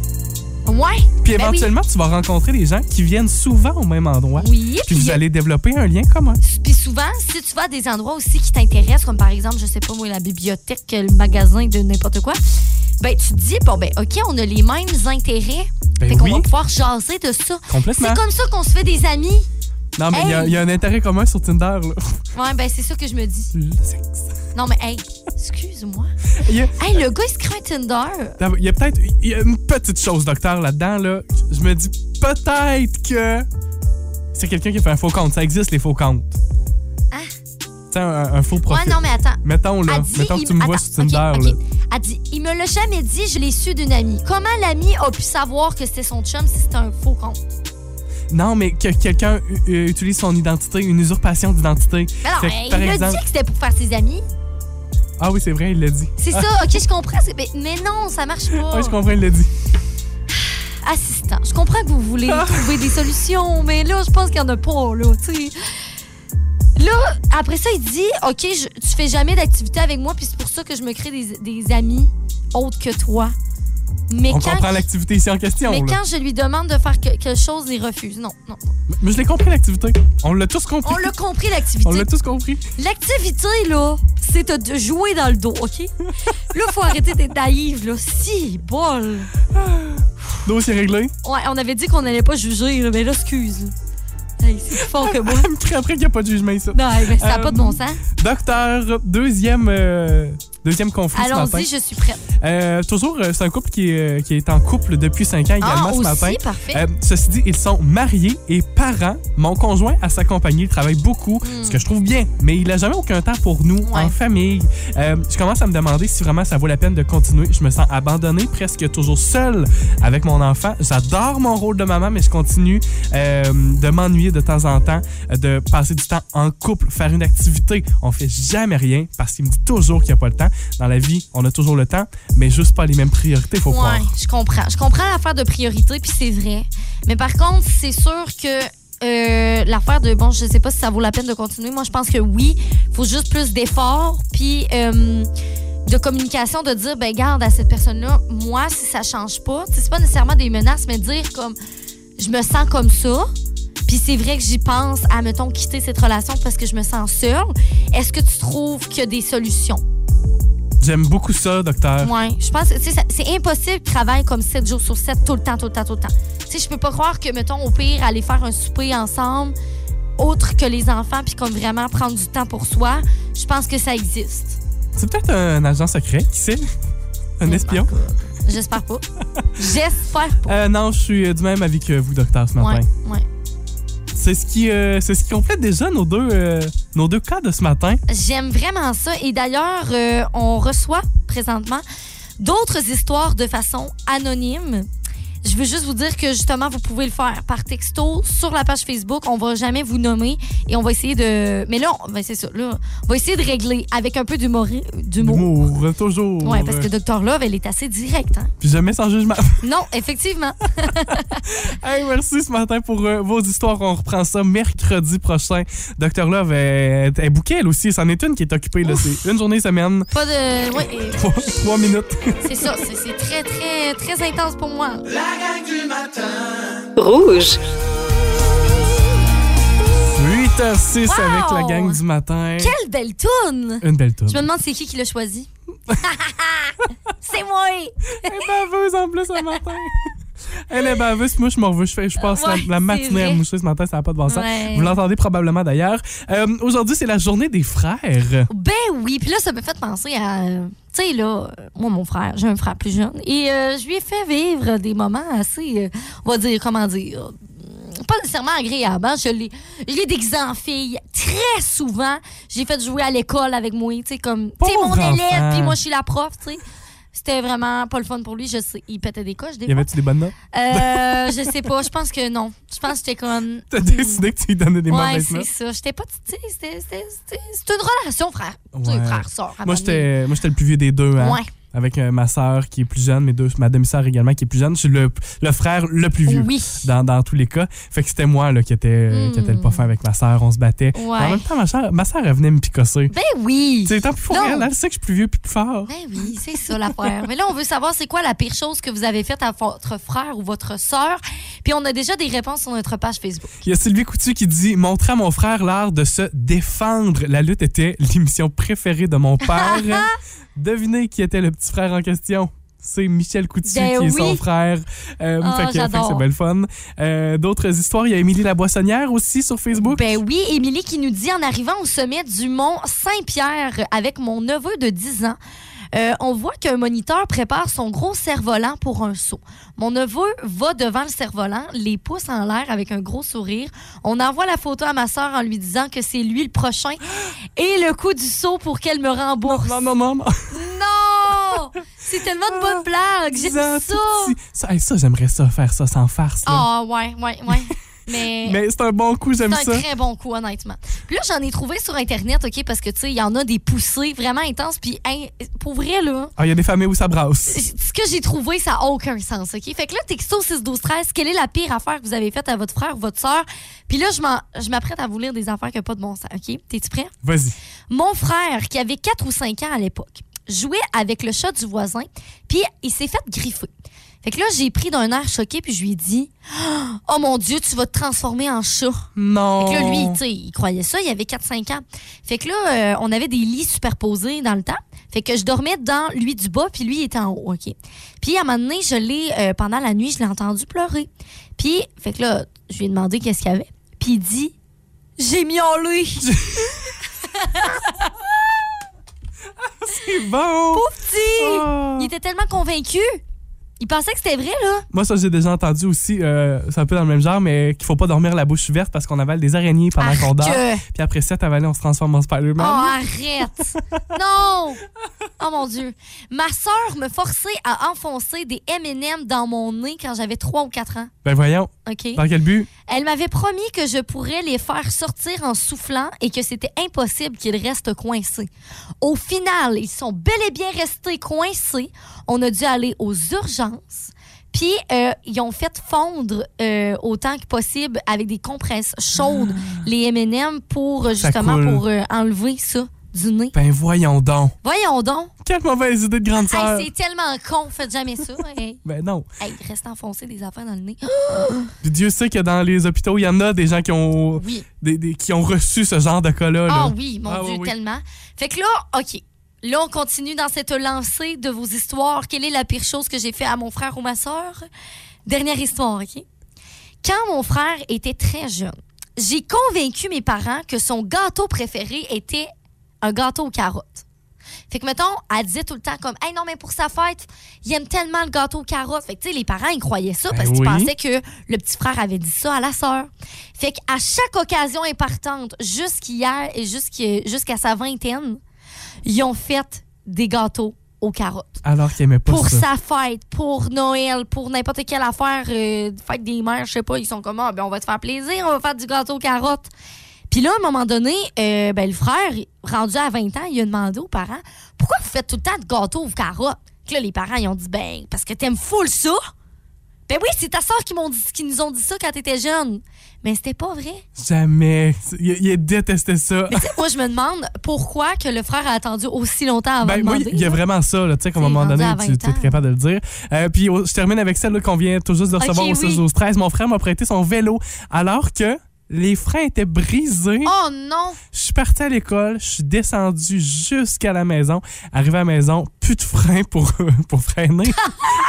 [SPEAKER 5] Ouais.
[SPEAKER 4] Puis
[SPEAKER 5] ben oui.
[SPEAKER 4] éventuellement, tu vas rencontrer des gens qui viennent souvent au même endroit.
[SPEAKER 5] Oui,
[SPEAKER 4] Puis vous
[SPEAKER 5] puis- euh,
[SPEAKER 4] allez développer un lien commun.
[SPEAKER 5] Puis souvent, si tu vas à des endroits aussi qui t'intéressent, comme par exemple, je sais pas moi, la bibliothèque, le magasin de n'importe quoi, ben tu te dis, bon, ben OK, on a les mêmes intérêts.
[SPEAKER 4] Ben
[SPEAKER 5] fait qu'on
[SPEAKER 4] oui.
[SPEAKER 5] va pouvoir jaser de ça.
[SPEAKER 4] Complètement.
[SPEAKER 5] C'est comme ça qu'on se fait des amis.
[SPEAKER 4] Non, mais il y a-
[SPEAKER 5] Hey!
[SPEAKER 4] il y, a un intérêt commun sur Tinder, là. [LAUGHS]
[SPEAKER 5] Ouais, ben c'est ça que je me dis.
[SPEAKER 4] Le sexe.
[SPEAKER 5] Non, mais hey, excuse-moi.
[SPEAKER 4] Il y a,
[SPEAKER 5] Hey, le gars, il se crée un Tinder.
[SPEAKER 4] il y a peut-être il y a une petite chose, docteur, là-dedans, là. Je me dis peut-être que c'est quelqu'un qui a fait un faux compte. Ça existe, les faux comptes.
[SPEAKER 5] Ah.
[SPEAKER 4] Tu sais, un, un faux profil.
[SPEAKER 5] Ouais, non, mais attends.
[SPEAKER 4] Mettons, là.
[SPEAKER 5] Elle dit,
[SPEAKER 4] Mettons que
[SPEAKER 5] il-
[SPEAKER 4] tu me vois
[SPEAKER 5] attends,
[SPEAKER 4] sur Tinder,
[SPEAKER 5] ok,
[SPEAKER 4] là.
[SPEAKER 5] ok. Elle dit, il me l'a jamais dit, je l'ai su d'une amie. Comment l'ami a pu savoir que c'était son chum si c'était un faux compte?
[SPEAKER 4] Non, mais que quelqu'un euh, utilise son identité, une usurpation d'identité.
[SPEAKER 5] Mais non,
[SPEAKER 4] Fait que,
[SPEAKER 5] mais
[SPEAKER 4] par
[SPEAKER 5] il a dit
[SPEAKER 4] exemple-
[SPEAKER 5] que c'était pour faire ses amis.
[SPEAKER 4] Ah oui, c'est vrai, il l'a dit. Ah,
[SPEAKER 5] C'est ça, ok, je comprends. c'est- Mais, mais non, ça marche pas.
[SPEAKER 4] Ouais, je comprends, il l'a dit.
[SPEAKER 5] Assistant, je comprends que vous voulez trouver des solutions, mais là, je pense qu'il y en a pas, là, tu sais. Là, après ça, il dit, OK, je, tu fais jamais d'activité avec moi, puis c'est pour ça que je me crée des, des amis autres que toi. Mais
[SPEAKER 4] On
[SPEAKER 5] quand,
[SPEAKER 4] comprend l'activité ici en question,
[SPEAKER 5] mais
[SPEAKER 4] là.
[SPEAKER 5] quand je lui demande de faire que- quelque chose, il refuse. Non, non.
[SPEAKER 4] Mais je l'ai compris, l'activité. On l'a tous compris.
[SPEAKER 5] On l'a compris,
[SPEAKER 4] [LAUGHS] On
[SPEAKER 5] l'activité.
[SPEAKER 4] l'a tous compris.
[SPEAKER 5] L'activité, là, c'est de- de jouer dans le dos, OK? Là, faut arrêter d'être naïve, là. Si, bol!
[SPEAKER 4] Dossier réglé. [LAUGHS]
[SPEAKER 5] Ouais, on avait dit qu'on n'allait pas juger, là, mais là, excuse. là. Hey, c'est plus fort que moi.
[SPEAKER 4] Elle me crie après qu'il n'y a pas de jugement ici.
[SPEAKER 5] Non, hey, ben, ça n'a
[SPEAKER 4] Euh,
[SPEAKER 5] pas de bon sens.
[SPEAKER 4] Docteur, deuxième, euh, deuxième conflit ce matin.
[SPEAKER 5] Allons-y, je suis prête.
[SPEAKER 4] Euh, toujours, euh, c'est un couple qui est, euh, qui est en couple depuis cinq ans également
[SPEAKER 5] Ah,
[SPEAKER 4] ce
[SPEAKER 5] aussi,
[SPEAKER 4] matin.
[SPEAKER 5] parfait.
[SPEAKER 4] Euh, ceci dit, ils sont mariés et parents. Mon conjoint à sa compagnie, il travaille beaucoup, ce que je trouve bien, mais il n'a jamais aucun temps pour nous en famille. Euh, je commence à me demander si vraiment ça vaut la peine de continuer. Je me sens abandonnée, presque toujours seule avec mon enfant. J'adore mon rôle de maman, mais je continue euh, de m'ennuyer de temps en temps, euh, de passer du temps en couple, faire une activité. On fait jamais rien parce qu'il me dit toujours qu'il n'y a pas le temps. Dans la vie, on a toujours le temps, mais juste pas les mêmes priorités, faut croire.
[SPEAKER 5] Ouais, je comprends. Je comprends l'affaire de priorité, puis c'est vrai. Mais par contre, c'est sûr que euh, l'affaire de, bon, je sais pas si ça vaut la peine de continuer. Moi, je pense que oui. faut juste plus d'efforts, puis euh, de communication, de dire, ben, garde à cette personne-là, moi, si ça change pas, tu sais, c'est pas nécessairement des menaces, mais dire comme, je me sens comme ça. Puis c'est vrai que j'y pense à, mettons, quitter cette relation parce que je me sens seule. Est-ce que tu trouves qu'il y a des solutions?
[SPEAKER 4] J'aime beaucoup ça, docteur.
[SPEAKER 5] Ouais, je pense que tu sais, ça- c'est impossible de travailler comme 7 jours sur 7 tout le temps, tout le temps, tout le temps. Tu sais, je peux pas croire que, mettons, au pire, aller faire un souper ensemble, autre que les enfants, puis comme vraiment prendre du temps pour soi, je pense que ça existe.
[SPEAKER 4] C'est peut-être un agent secret, qui sait? Un espion?
[SPEAKER 5] J'espère pas. J'espère pas.
[SPEAKER 4] Euh, non, je suis euh, du même avis que vous, docteur, ce Euh, matin.
[SPEAKER 5] Ouais, ouais.
[SPEAKER 4] C'est ce qui euh, c'est ce qui complète déjà nos deux, euh, nos deux cas de ce matin.
[SPEAKER 5] J'aime vraiment ça. Et d'ailleurs, euh, on reçoit présentement d'autres histoires de façon anonyme. Je veux juste vous dire que justement, vous pouvez le faire par texto sur la page Facebook. On va jamais vous nommer et on va essayer de. Mais là, on... ben, c'est ça. Là, on va essayer de régler avec un peu d'humour. D'humour.
[SPEAKER 4] Humour, euh, toujours.
[SPEAKER 5] Ouais, parce que
[SPEAKER 4] Euh,
[SPEAKER 5] Dr. Love, elle est assez directe. hein.
[SPEAKER 4] Puis jamais sans jugement. [LAUGHS]
[SPEAKER 5] Non, effectivement.
[SPEAKER 4] hey, merci ce matin pour euh, vos histoires. On reprend ça mercredi prochain. Docteur Love est, est bouquée, elle aussi. C'en est une qui est occupée. Là. C'est une journée semaine,
[SPEAKER 5] Pas de. Ouais, euh,
[SPEAKER 4] trois, trois minutes.
[SPEAKER 5] c'est ça. C'est- C'est très, très, très intense pour moi.
[SPEAKER 1] La gang du matin.
[SPEAKER 2] Rouge.
[SPEAKER 4] 8h06
[SPEAKER 5] Wow!
[SPEAKER 4] avec la gang du matin.
[SPEAKER 5] Quelle belle toune!
[SPEAKER 4] Une belle tour.
[SPEAKER 5] Je me demande c'est qui qui l'a choisi. [LAUGHS] c'est moi!
[SPEAKER 4] Elle est baveuse en plus ce matin. [LAUGHS] Elle est baveuse, moi je m'en veux, je, fais, je passe la-
[SPEAKER 5] Ouais,
[SPEAKER 4] la,
[SPEAKER 5] c'est
[SPEAKER 4] matinée à
[SPEAKER 5] vrai.
[SPEAKER 4] me moucher ce matin, ça n'a pas de bon sens.
[SPEAKER 5] Ouais.
[SPEAKER 4] Vous l'entendez probablement d'ailleurs. Euh, Aujourd'hui, c'est la journée des frères.
[SPEAKER 5] Ben oui, puis là, ça me fait penser à. euh, Tu sais, là, euh, moi, mon frère, j'ai un frère plus jeune, et euh, je lui ai fait vivre des moments assez, euh, on va dire, comment dire, euh, pas nécessairement agréables. hein. Je l'ai je l'ai déguisé en fille très souvent. J'ai fait jouer à l'école avec moi, tu sais, comme, tu sais, mon
[SPEAKER 4] Pauvre enfant.
[SPEAKER 5] élève, puis moi, je suis la prof, tu sais. C'était vraiment pas le fun pour lui, je sais. Il pétait des coches, des
[SPEAKER 4] Y
[SPEAKER 5] fois.
[SPEAKER 4] avait-tu des bonnes notes? [LAUGHS]
[SPEAKER 5] Euh, je sais pas, je pense que non. Je pense que j'étais comme.
[SPEAKER 4] T'as décidé que tu lui donnais des
[SPEAKER 5] Ouais,
[SPEAKER 4] mauvaises
[SPEAKER 5] c'est
[SPEAKER 4] notes?
[SPEAKER 5] ça. J'étais pas. tu sais, c'était- c'était- c'était- C'était une relation, frère. Tu sais,
[SPEAKER 4] Ouais.
[SPEAKER 5] frère, sort.
[SPEAKER 4] Moi, j'étais moi, j'étais le plus vieux des deux. hein.
[SPEAKER 5] Ouais.
[SPEAKER 4] avec euh, ma sœur qui est plus jeune, mes deux, ma demi-sœur également qui est plus jeune. Je suis le, le frère le plus vieux
[SPEAKER 5] Oui. Hmm.
[SPEAKER 4] dans, dans tous les cas. Fait que c'était moi là, qui était, euh, qui était le pas fin avec ma sœur. On se battait. Mais
[SPEAKER 5] Ouais.
[SPEAKER 4] En même temps, ma sœur, ma sœur, elle venait me picosser.
[SPEAKER 5] Ben oui.
[SPEAKER 4] Tu sais, tant pis pour
[SPEAKER 5] Non.
[SPEAKER 4] elle, elle sait que je suis plus vieux puis plus fort.
[SPEAKER 5] Ben oui, c'est ça l'affaire. Mais là, on veut savoir c'est quoi la pire chose que vous avez faite à votre frère ou votre sœur. Puis on a déjà des réponses sur notre page Facebook.
[SPEAKER 4] Il y a Sylvie Coutu qui dit Montrer à mon frère l'art de se défendre. La lutte était l'émission préférée de mon
[SPEAKER 5] [LAUGHS]
[SPEAKER 4] père. Devinez qui était le petit frère en question. C'est Michel Coutu
[SPEAKER 5] Ben
[SPEAKER 4] qui est son
[SPEAKER 5] oui.
[SPEAKER 4] frère. Euh,
[SPEAKER 5] Ah,
[SPEAKER 4] fait que- fait que
[SPEAKER 5] j'adore.
[SPEAKER 4] c'est belle fun. Euh, D'autres histoires, il y a Émilie Laboissonnière aussi sur Facebook.
[SPEAKER 5] Ben oui, Émilie qui nous dit en arrivant au sommet du mont Saint-Pierre avec mon neveu de 10 ans. euh, on voit qu'un moniteur prépare son gros cerf-volant pour un saut. Mon neveu va devant le cerf-volant, les pouces en l'air avec un gros sourire. On envoie la photo à ma sœur en lui disant que c'est lui
[SPEAKER 4] [GASPS]
[SPEAKER 5] le prochain et le coût du saut pour qu'elle me rembourse.
[SPEAKER 4] non, non, non, non.
[SPEAKER 5] Non! C'est tellement de bonnes blagues! [LAUGHS] J'aime
[SPEAKER 4] 10 ans,
[SPEAKER 5] ça!
[SPEAKER 4] tout petit. Ça, hey, ça, j'aimerais ça, faire ça sans farce. là.
[SPEAKER 5] Ah, ouais, ouais,
[SPEAKER 4] [LAUGHS]
[SPEAKER 5] ouais. Mais.
[SPEAKER 4] Mais c'est un bon coup, j'aime
[SPEAKER 5] C'est
[SPEAKER 4] ça.
[SPEAKER 5] un très bon coup, honnêtement. Puis là, j'en ai trouvé sur Internet, OK, parce que, tu sais, il y en a des poussées vraiment intenses. Puis, hein, pour vrai, là,
[SPEAKER 4] Ah, il y a des familles où ça brasse.
[SPEAKER 5] ce que j'ai trouvé, ça n'a aucun sens, OK? Fait que là, texto 6 12 13 quelle est la pire affaire que vous avez faite à votre frère ou votre soeur? Puis là, je m'en- je m'apprête à vous lire des affaires qui n'ont pas de bon sens, OK? T'es-tu prêt?
[SPEAKER 4] Vas-y.
[SPEAKER 5] Mon frère, qui avait 4 ou 5 ans à l'époque, jouait avec le chat du voisin, puis il s'est fait griffer. Fait que là, j'ai pris d'un air choqué, puis je lui ai dit Oh mon Dieu, tu vas te transformer en chat.
[SPEAKER 4] Non.
[SPEAKER 5] Fait que là, lui, tu sais, il croyait ça, il avait 4-5 ans. Fait que là, euh, on avait des lits superposés dans le temps. Fait que je dormais dans lui du bas, puis lui, il était en haut, OK? Puis à un moment donné, je l'ai, euh, pendant la nuit, je l'ai entendu pleurer. Puis, fait que là, je lui ai demandé qu'est-ce qu'il y avait. Puis il dit, j'ai miaulé.
[SPEAKER 4] C'est bon.
[SPEAKER 5] Petit!
[SPEAKER 4] Ah.
[SPEAKER 5] Il était tellement convaincu. Il pensait que c'était vrai, là.
[SPEAKER 4] Moi, ça, j'ai déjà entendu aussi, euh, c'est un peu dans le même genre, mais qu'il faut pas dormir la bouche ouverte parce qu'on avale des araignées pendant
[SPEAKER 5] Arc.
[SPEAKER 4] qu'on dort. Puis après 7 avalées, on se transforme en
[SPEAKER 5] Oh,
[SPEAKER 4] Spider-Man.
[SPEAKER 5] arrête! [LAUGHS] non! Oh mon Dieu. Ma sœur me forçait à enfoncer des M&M dans mon nez quand j'avais 3 ou 4 ans.
[SPEAKER 4] Ben voyons,
[SPEAKER 5] OK?
[SPEAKER 4] dans quel but?
[SPEAKER 5] Elle m'avait promis que je pourrais les faire sortir en soufflant et que c'était impossible qu'ils restent coincés. Au final, ils sont bel et bien restés coincés. On a dû aller aux urgences. Puis, euh, ils ont fait fondre euh, autant que possible avec des compresses chaudes les M&M pour euh,
[SPEAKER 4] Ah. Ça
[SPEAKER 5] justement
[SPEAKER 4] coule.
[SPEAKER 5] pour euh, enlever ça du nez.
[SPEAKER 4] Ben voyons donc.
[SPEAKER 5] Voyons donc.
[SPEAKER 4] Quelle mauvaise idée de grande
[SPEAKER 5] Hey,
[SPEAKER 4] sœur.
[SPEAKER 5] c'est tellement con. Faites jamais ça. Hey,
[SPEAKER 4] ben non.
[SPEAKER 5] hey, reste enfoncé des affaires dans le nez.
[SPEAKER 4] Puis Dieu sait que dans les hôpitaux, il y en a des gens qui ont,
[SPEAKER 5] Oui.
[SPEAKER 4] des, des- qui ont reçu ce genre de cas-là.
[SPEAKER 5] Ah
[SPEAKER 4] là.
[SPEAKER 5] oui, mon
[SPEAKER 4] Ah
[SPEAKER 5] Dieu,
[SPEAKER 4] oui, oui.
[SPEAKER 5] tellement. Fait que là, OK. Là, on continue dans cette lancée de vos histoires. Quelle est la pire chose que j'ai fait à mon frère ou ma soeur? Dernière histoire, OK? Quand mon frère était très jeune, j'ai convaincu mes parents que son gâteau préféré était un gâteau aux carottes. Fait que, mettons, elle disait tout le temps comme, hey non, mais pour sa fête, il aime tellement le gâteau aux carottes. Fait que, tu sais, les parents, ils croyaient ça
[SPEAKER 4] Ben
[SPEAKER 5] parce qu'ils
[SPEAKER 4] oui.
[SPEAKER 5] pensaient que le petit frère avait dit ça à la sœur. Fait qu'à chaque occasion importante, jusqu'hier et jusqu'à jusqu'à sa vingtaine, ils ont fait des gâteaux aux carottes
[SPEAKER 4] Alors qu'il aimait pas
[SPEAKER 5] pour
[SPEAKER 4] ça.
[SPEAKER 5] sa fête, pour Noël, pour n'importe quelle affaire, euh, fête des mères, je sais pas, ils sont comme, ah, ben, on va te faire plaisir, on va faire du gâteau aux carottes. Puis là, à un moment donné, euh, ben, le frère, rendu à 20 ans, il a demandé aux parents, pourquoi vous faites tout le temps de gâteau aux carottes? Puis là, les parents, ils ont dit, ben, parce que t'aimes full ça. Ben oui, c'est ta soeur qui, m'ont dit, qui nous ont dit ça quand t'étais jeune. Mais c'était pas vrai.
[SPEAKER 4] Jamais. C'est- Il, il détestait ça.
[SPEAKER 5] Mais tu sais, moi, je me demande pourquoi que le frère a attendu aussi longtemps avant
[SPEAKER 4] Ben,
[SPEAKER 5] de
[SPEAKER 4] oui,
[SPEAKER 5] demander.
[SPEAKER 4] il y a
[SPEAKER 5] là.
[SPEAKER 4] vraiment ça, là, tu sais, qu'à un
[SPEAKER 5] C'est
[SPEAKER 4] moment
[SPEAKER 5] rendu
[SPEAKER 4] donné,
[SPEAKER 5] à
[SPEAKER 4] tu,
[SPEAKER 5] 20
[SPEAKER 4] tu es
[SPEAKER 5] ans.
[SPEAKER 4] capable de le dire. Euh, puis oh, je termine avec celle là, qu'on vient tout juste de recevoir
[SPEAKER 5] Ok,
[SPEAKER 4] au 6
[SPEAKER 5] oui.
[SPEAKER 4] 12 13 Mon frère m'a prêté son vélo alors que les freins étaient brisés.
[SPEAKER 5] Oh non!
[SPEAKER 4] Je suis parti à l'école, je suis descendu jusqu'à la maison. Arrivé à la maison, plus de frein pour, [LAUGHS] pour
[SPEAKER 5] [LAUGHS]
[SPEAKER 4] freiner.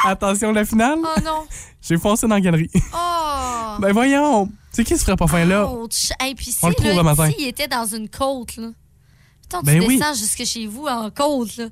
[SPEAKER 4] Attention, la finale,
[SPEAKER 5] Oh non!
[SPEAKER 4] j'ai foncé dans la galerie.
[SPEAKER 5] Oh!
[SPEAKER 4] ben voyons, c'est qui se ferait pas fin là?
[SPEAKER 5] Ouch. Hey, puis si,
[SPEAKER 4] On le trouve
[SPEAKER 5] là,
[SPEAKER 4] le matin.
[SPEAKER 5] s'il était dans une côte, là. Putain,
[SPEAKER 4] Ben
[SPEAKER 5] tu
[SPEAKER 4] oui.
[SPEAKER 5] descends jusque chez vous en côte, là.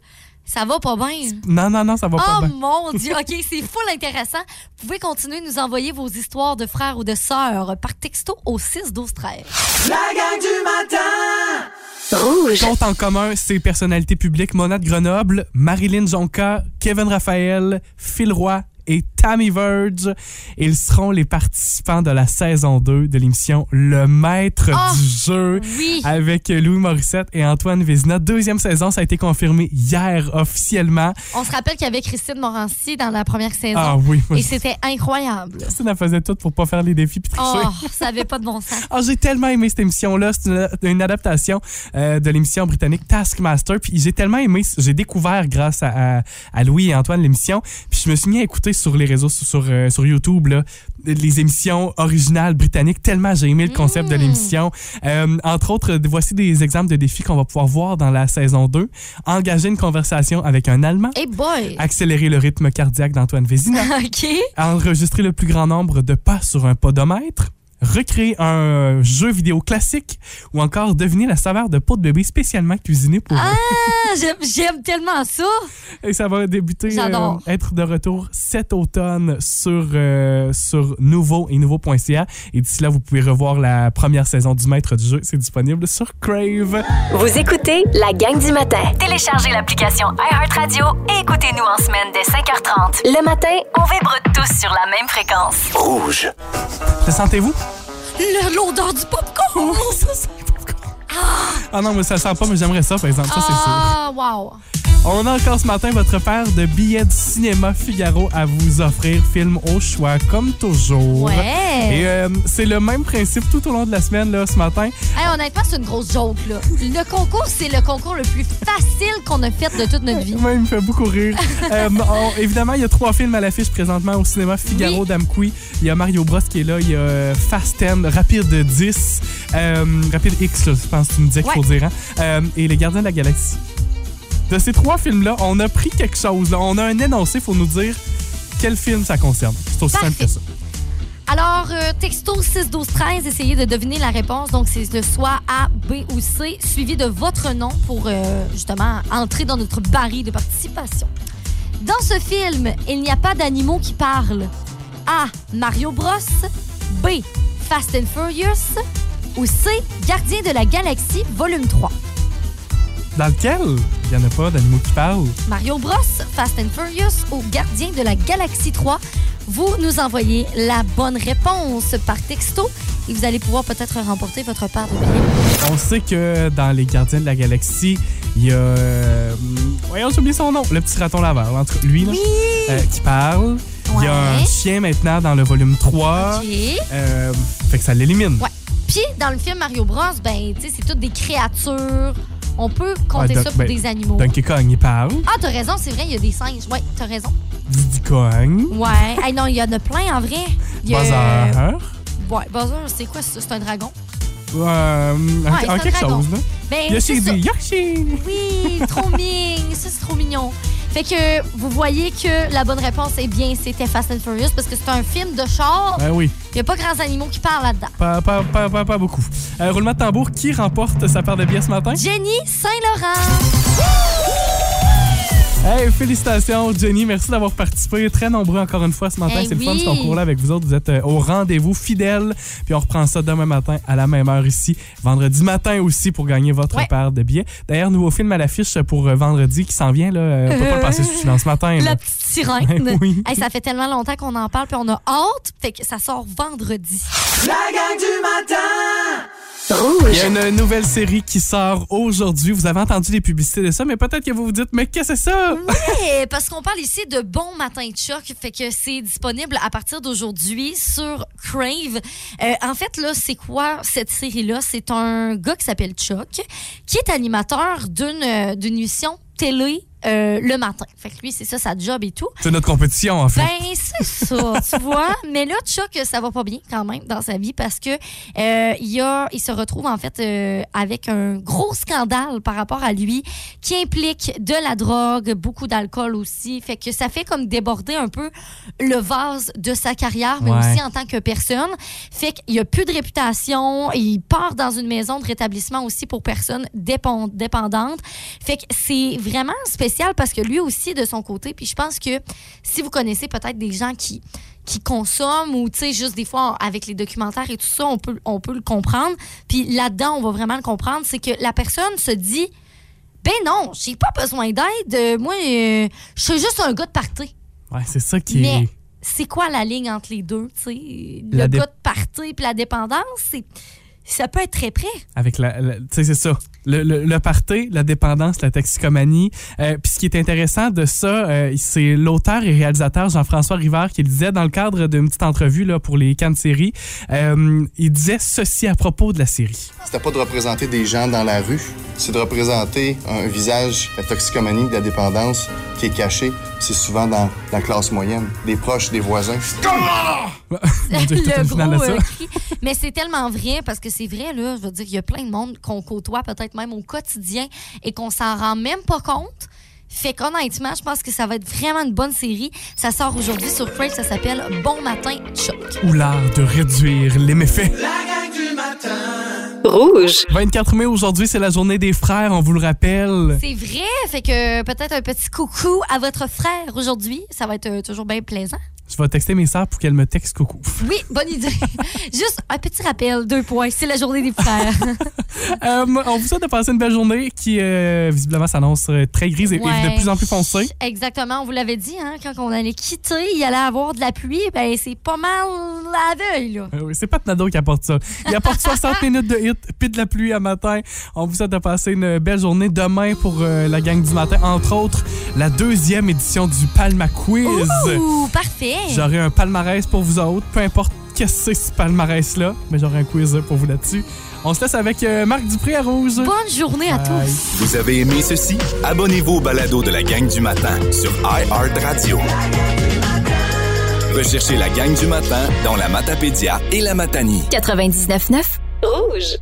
[SPEAKER 5] Ça va pas bien.
[SPEAKER 4] Non, non, non, ça va pas
[SPEAKER 5] Oh
[SPEAKER 4] bien.
[SPEAKER 5] mon
[SPEAKER 4] [LAUGHS]
[SPEAKER 5] Dieu, OK, c'est full intéressant. Vous pouvez continuer de nous envoyer vos histoires de frères ou de sœurs par texto au 6 12 13.
[SPEAKER 1] La gang du matin
[SPEAKER 2] Rouge.
[SPEAKER 4] Compte en commun ces personnalités publiques Mona de Grenoble, Marilyn Jonca, Kevin Raphaël, Phil Roy et Tammy Verge. Ils seront les participants de la saison 2 de l'émission Le Maître
[SPEAKER 5] Oh,
[SPEAKER 4] du Jeu
[SPEAKER 5] Oui.
[SPEAKER 4] avec Louis Morissette et Antoine Vézina. Deuxième saison, ça a été confirmé hier officiellement.
[SPEAKER 5] On se rappelle qu'il y avait Christine Morancy dans la première saison.
[SPEAKER 4] Ah oui, moi,
[SPEAKER 5] Et c'était incroyable.
[SPEAKER 4] Christine, elle faisait tout pour pas faire les défis puis tricher.
[SPEAKER 5] Oh, ça avait pas de bon sens.
[SPEAKER 4] Ah, j'ai tellement aimé cette émission-là. C'est une, une adaptation euh, de l'émission britannique Taskmaster. Puis j'ai tellement aimé, j'ai découvert grâce à, à- à Louis et Antoine l'émission. Puis je me suis mis à écouter sur les réseaux, sur, sur, euh, sur YouTube, là, les émissions originales britanniques. Tellement j'ai aimé le concept de l'émission. Euh, entre autres, voici des exemples de défis qu'on va pouvoir voir dans la saison 2. Engager une conversation avec un Allemand.
[SPEAKER 5] Hey boy.
[SPEAKER 4] Accélérer le rythme cardiaque d'Antoine Vézina
[SPEAKER 5] OK.
[SPEAKER 4] enregistrer le plus grand nombre de pas sur un podomètre, recréer un jeu vidéo classique ou encore deviner la saveur de peau de bébé spécialement cuisinée pour
[SPEAKER 5] Ah, j'aime- j'aime tellement ça.
[SPEAKER 4] Et ça va débuter,
[SPEAKER 5] J'adore.
[SPEAKER 4] euh, être de retour cet automne sur, euh, sur nouveau et nouveau.ca. Et d'ici là, vous pouvez revoir la première saison du Maître du jeu. C'est disponible sur Crave.
[SPEAKER 2] Vous écoutez la gang du matin.
[SPEAKER 3] Téléchargez l'application iHeartRadio et écoutez-nous en semaine dès 5h30.
[SPEAKER 2] Le matin,
[SPEAKER 3] On vibre tous sur la même fréquence.
[SPEAKER 6] Rouge.
[SPEAKER 4] Le sentez-vous?
[SPEAKER 5] Le- L'odeur du popcorn.
[SPEAKER 4] Ah non, mais ça le sent pas, mais j'aimerais ça, par exemple. Ça, c'est sûr.
[SPEAKER 5] Ah, wow.
[SPEAKER 4] On a encore ce matin votre paire de billets de cinéma Figaro à vous offrir, film au choix, comme toujours.
[SPEAKER 5] Ouais.
[SPEAKER 4] Et euh, c'est le même principe tout au long de la semaine, là, ce matin.
[SPEAKER 5] Hey, honnêtement, c'est une grosse joke, là. Le concours, c'est le concours le plus facile qu'on a fait de toute notre vie.
[SPEAKER 4] Moi, il me fait beaucoup
[SPEAKER 5] [LAUGHS]
[SPEAKER 4] rire. Euh, on- évidemment, il y a trois films à l'affiche présentement au cinéma Figaro
[SPEAKER 5] Oui.
[SPEAKER 4] d'Amqui. Il y a Mario Bros qui est là, il y a euh, Fast 10, Rapide 10, euh, Rapide X, là, je pense que tu me disais qu'il faut dire, hein, euh, et Les Gardiens de la Galaxie. De ces trois films-là, on a pris quelque chose. là. On a un énoncé, il faut nous dire quel film ça concerne. C'est aussi simple
[SPEAKER 5] Parfait.
[SPEAKER 4] que ça.
[SPEAKER 5] Alors, euh, texto 6 12 13 essayez de deviner la réponse. Donc, c'est le soit A, B ou C, suivi de votre nom pour euh, justement entrer dans notre baril de participation. Dans ce film, il n'y a pas d'animaux qui parlent. A. Mario Bros. B. Fast and Furious. Ou C. Gardien de la Galaxie, volume 3.
[SPEAKER 4] Dans lequel il n'y en a pas d'animaux qui parlent.
[SPEAKER 5] Mario Bros, Fast and Furious ou Gardien de la Galaxie 3. Vous nous envoyez la bonne réponse par texto et vous allez pouvoir peut-être remporter votre part de billets.
[SPEAKER 4] On sait que dans Les Gardiens de la Galaxie, il y a. euh, Voyons, j'ai oublié son nom. Le petit raton laveur, en tout cas, lui, là, euh, qui parle. Il y a
[SPEAKER 5] Ouais.
[SPEAKER 4] un chien maintenant dans le volume 3.
[SPEAKER 5] OK.
[SPEAKER 4] Euh, fait que ça l'élimine.
[SPEAKER 5] Ouais. Puis dans le film Mario Bros, ben tu sais c'est toutes des créatures. On peut compter
[SPEAKER 4] Ouais,
[SPEAKER 5] ça
[SPEAKER 4] Dun-
[SPEAKER 5] pour
[SPEAKER 4] ben,
[SPEAKER 5] des animaux.
[SPEAKER 4] Donkey Kong, il parle.
[SPEAKER 5] Ah, t'as raison, c'est vrai, il y a des singes. Ouais, t'as raison.
[SPEAKER 4] Diddy Kong.
[SPEAKER 5] Ouais. hey, non, il y en a plein en vrai. Il y a-
[SPEAKER 4] Buzzer.
[SPEAKER 5] Ouais, Bowser, c'est quoi ça? C'est un dragon?
[SPEAKER 4] Euh, un-
[SPEAKER 5] Ouais, c'est
[SPEAKER 4] un
[SPEAKER 5] un
[SPEAKER 4] quelque
[SPEAKER 5] dragon.
[SPEAKER 4] chose, là.
[SPEAKER 5] Ben, c'est
[SPEAKER 4] Yoshi
[SPEAKER 5] ça.
[SPEAKER 4] dit Yoshi.
[SPEAKER 5] Oui, trop [LAUGHS] mignon. Ça, c'est trop mignon. Fait que vous voyez que la bonne réponse, eh bien, c'était Fast and Furious parce que c'est un film de char.
[SPEAKER 4] Ah oui,
[SPEAKER 5] Il n'y a pas grands animaux qui parlent là-dedans.
[SPEAKER 4] pas, pas, pas, pas, pas beaucoup. Euh, roulement de tambour, qui remporte sa part de billets ce matin?
[SPEAKER 5] Jenny Saint-Laurent.
[SPEAKER 4] Hey, félicitations, Jenny. Merci d'avoir participé. Très nombreux encore une fois ce matin.
[SPEAKER 5] Hey,
[SPEAKER 4] C'est le fun
[SPEAKER 5] Eh oui.
[SPEAKER 4] ce concours-là avec vous autres. Vous êtes euh, au rendez-vous fidèles. Puis on reprend ça demain matin à la même heure ici. Vendredi matin aussi pour gagner votre
[SPEAKER 5] Ouais.
[SPEAKER 4] paire de billets. D'ailleurs, nouveau film à l'affiche pour euh, vendredi qui s'en vient. Là. Euh, On peut pas le passer sous silence ce matin.
[SPEAKER 5] [LAUGHS] La
[SPEAKER 4] là.
[SPEAKER 5] petite sirène.
[SPEAKER 4] Oui.
[SPEAKER 5] Hey, ça fait tellement longtemps qu'on en parle puis on a hâte. Fait que ça sort vendredi.
[SPEAKER 1] La gang du matin!
[SPEAKER 4] Il y a une nouvelle série qui sort aujourd'hui. Vous avez entendu les publicités de ça, mais peut-être que vous vous dites, mais qu'est-ce que c'est ça?
[SPEAKER 5] Eh, parce qu'on parle ici de Bon Matin de Choc, fait que c'est disponible à partir d'aujourd'hui sur Crave. Euh, en fait, là, c'est quoi cette série-là? C'est un gars qui s'appelle Chuck, qui est animateur d'une euh, d'une émission télé euh, le matin. Fait que lui, c'est ça, sa job et tout.
[SPEAKER 4] C'est notre compétition, en fait.
[SPEAKER 5] Ben, c'est ça, tu
[SPEAKER 4] [LAUGHS]
[SPEAKER 5] vois. Mais là, Chuck, ça va pas bien quand même dans sa vie parce que euh, il, y a, il se retrouve en fait euh, avec un gros scandale par rapport à lui qui implique de la drogue, beaucoup d'alcool aussi. Fait que ça fait comme déborder un peu le vase de sa carrière, mais
[SPEAKER 4] Ouais.
[SPEAKER 5] aussi en tant que personne. Fait qu'il y a plus de réputation. Il part dans une maison de rétablissement aussi pour personnes dépend- dépendantes. Fait que c'est vraiment spécial parce que lui aussi, de son côté, puis je pense que si vous connaissez peut-être des gens qui qui consomment ou tu sais juste des fois on- avec les documentaires et tout ça on peut on peut le comprendre puis là-dedans on va vraiment le comprendre c'est que la personne se dit ben non j'ai pas besoin d'aide Euh, moi euh, je suis juste un gars de party
[SPEAKER 4] Ouais, c'est ça qui est.
[SPEAKER 5] Mais c'est quoi la ligne entre les deux? tu sais? Le
[SPEAKER 4] La dé-
[SPEAKER 5] gars de partir puis la dépendance, c'est- ça peut être très près.
[SPEAKER 4] Avec la, la- tu sais, c'est ça. Le, le, le party, la dépendance, la toxicomanie. Euh, Puis ce qui est intéressant de ça, euh, c'est l'auteur et réalisateur Jean-François Rivard qui le disait dans le cadre d'une petite entrevue là, pour les Cannes séries. Euh, il disait ceci à propos de la série.
[SPEAKER 8] C'était pas de représenter des gens dans la rue, c'est de représenter un visage de la toxicomanie, de la dépendance qui est caché. C'est souvent dans la classe moyenne, des proches, des voisins.
[SPEAKER 4] Mon Dieu, j'étais
[SPEAKER 5] [LAUGHS] le
[SPEAKER 4] au final de
[SPEAKER 5] gros
[SPEAKER 4] ça.
[SPEAKER 5] euh, cri. Mais c'est tellement vrai parce que c'est vrai, là. Je veux dire, il y a plein de monde qu'on côtoie peut-être même au quotidien et qu'on s'en rend même pas compte. Fait qu'honnêtement, je pense que ça va être vraiment une bonne série. Ça sort aujourd'hui sur Crave, ça s'appelle Bon Matin Choc.
[SPEAKER 4] Ou l'art de réduire les méfaits.
[SPEAKER 2] Rouge.
[SPEAKER 4] 24 mai aujourd'hui, c'est la journée des frères, on vous le rappelle.
[SPEAKER 5] C'est vrai, fait que peut-être un petit coucou à votre frère aujourd'hui. Ça va être euh, toujours bien plaisant.
[SPEAKER 4] Je vais texter mes sœurs pour qu'elles me textent coucou.
[SPEAKER 5] Oui, bonne
[SPEAKER 4] [LAUGHS]
[SPEAKER 5] idée. Juste un petit rappel, deux points. C'est la journée des frères.
[SPEAKER 4] Euh, on vous souhaite de passer une belle journée qui, euh, visiblement, s'annonce euh, très grise et, et
[SPEAKER 5] Ouais.
[SPEAKER 4] de plus en plus foncée.
[SPEAKER 5] Exactement, on vous l'avait dit, hein, quand on allait quitter, il allait avoir de la pluie, ben c'est pas mal la veille, là.
[SPEAKER 4] Euh, oui, c'est pas Tenado qui apporte ça. Il apporte 60 minutes de hit puis de la pluie à matin. On vous souhaite de passer une belle journée demain pour euh, la gang du matin. Entre autres, la deuxième édition du Palma Quiz.
[SPEAKER 5] Ouh, parfait!
[SPEAKER 4] J'aurai un palmarès pour vous autres, peu importe qu'est-ce que c'est ce palmarès-là, mais j'aurai un quiz pour vous là-dessus. On se laisse avec euh, Marc Dupré à Rouge.
[SPEAKER 5] Bonne journée à
[SPEAKER 4] Bye.
[SPEAKER 5] tous!
[SPEAKER 7] Vous avez aimé ceci? Abonnez-vous au balado de la gang du matin sur iHeartRadio. Recherchez la gang du matin dans la Matapédia et la Matanie.
[SPEAKER 3] 99.9
[SPEAKER 2] Rouge.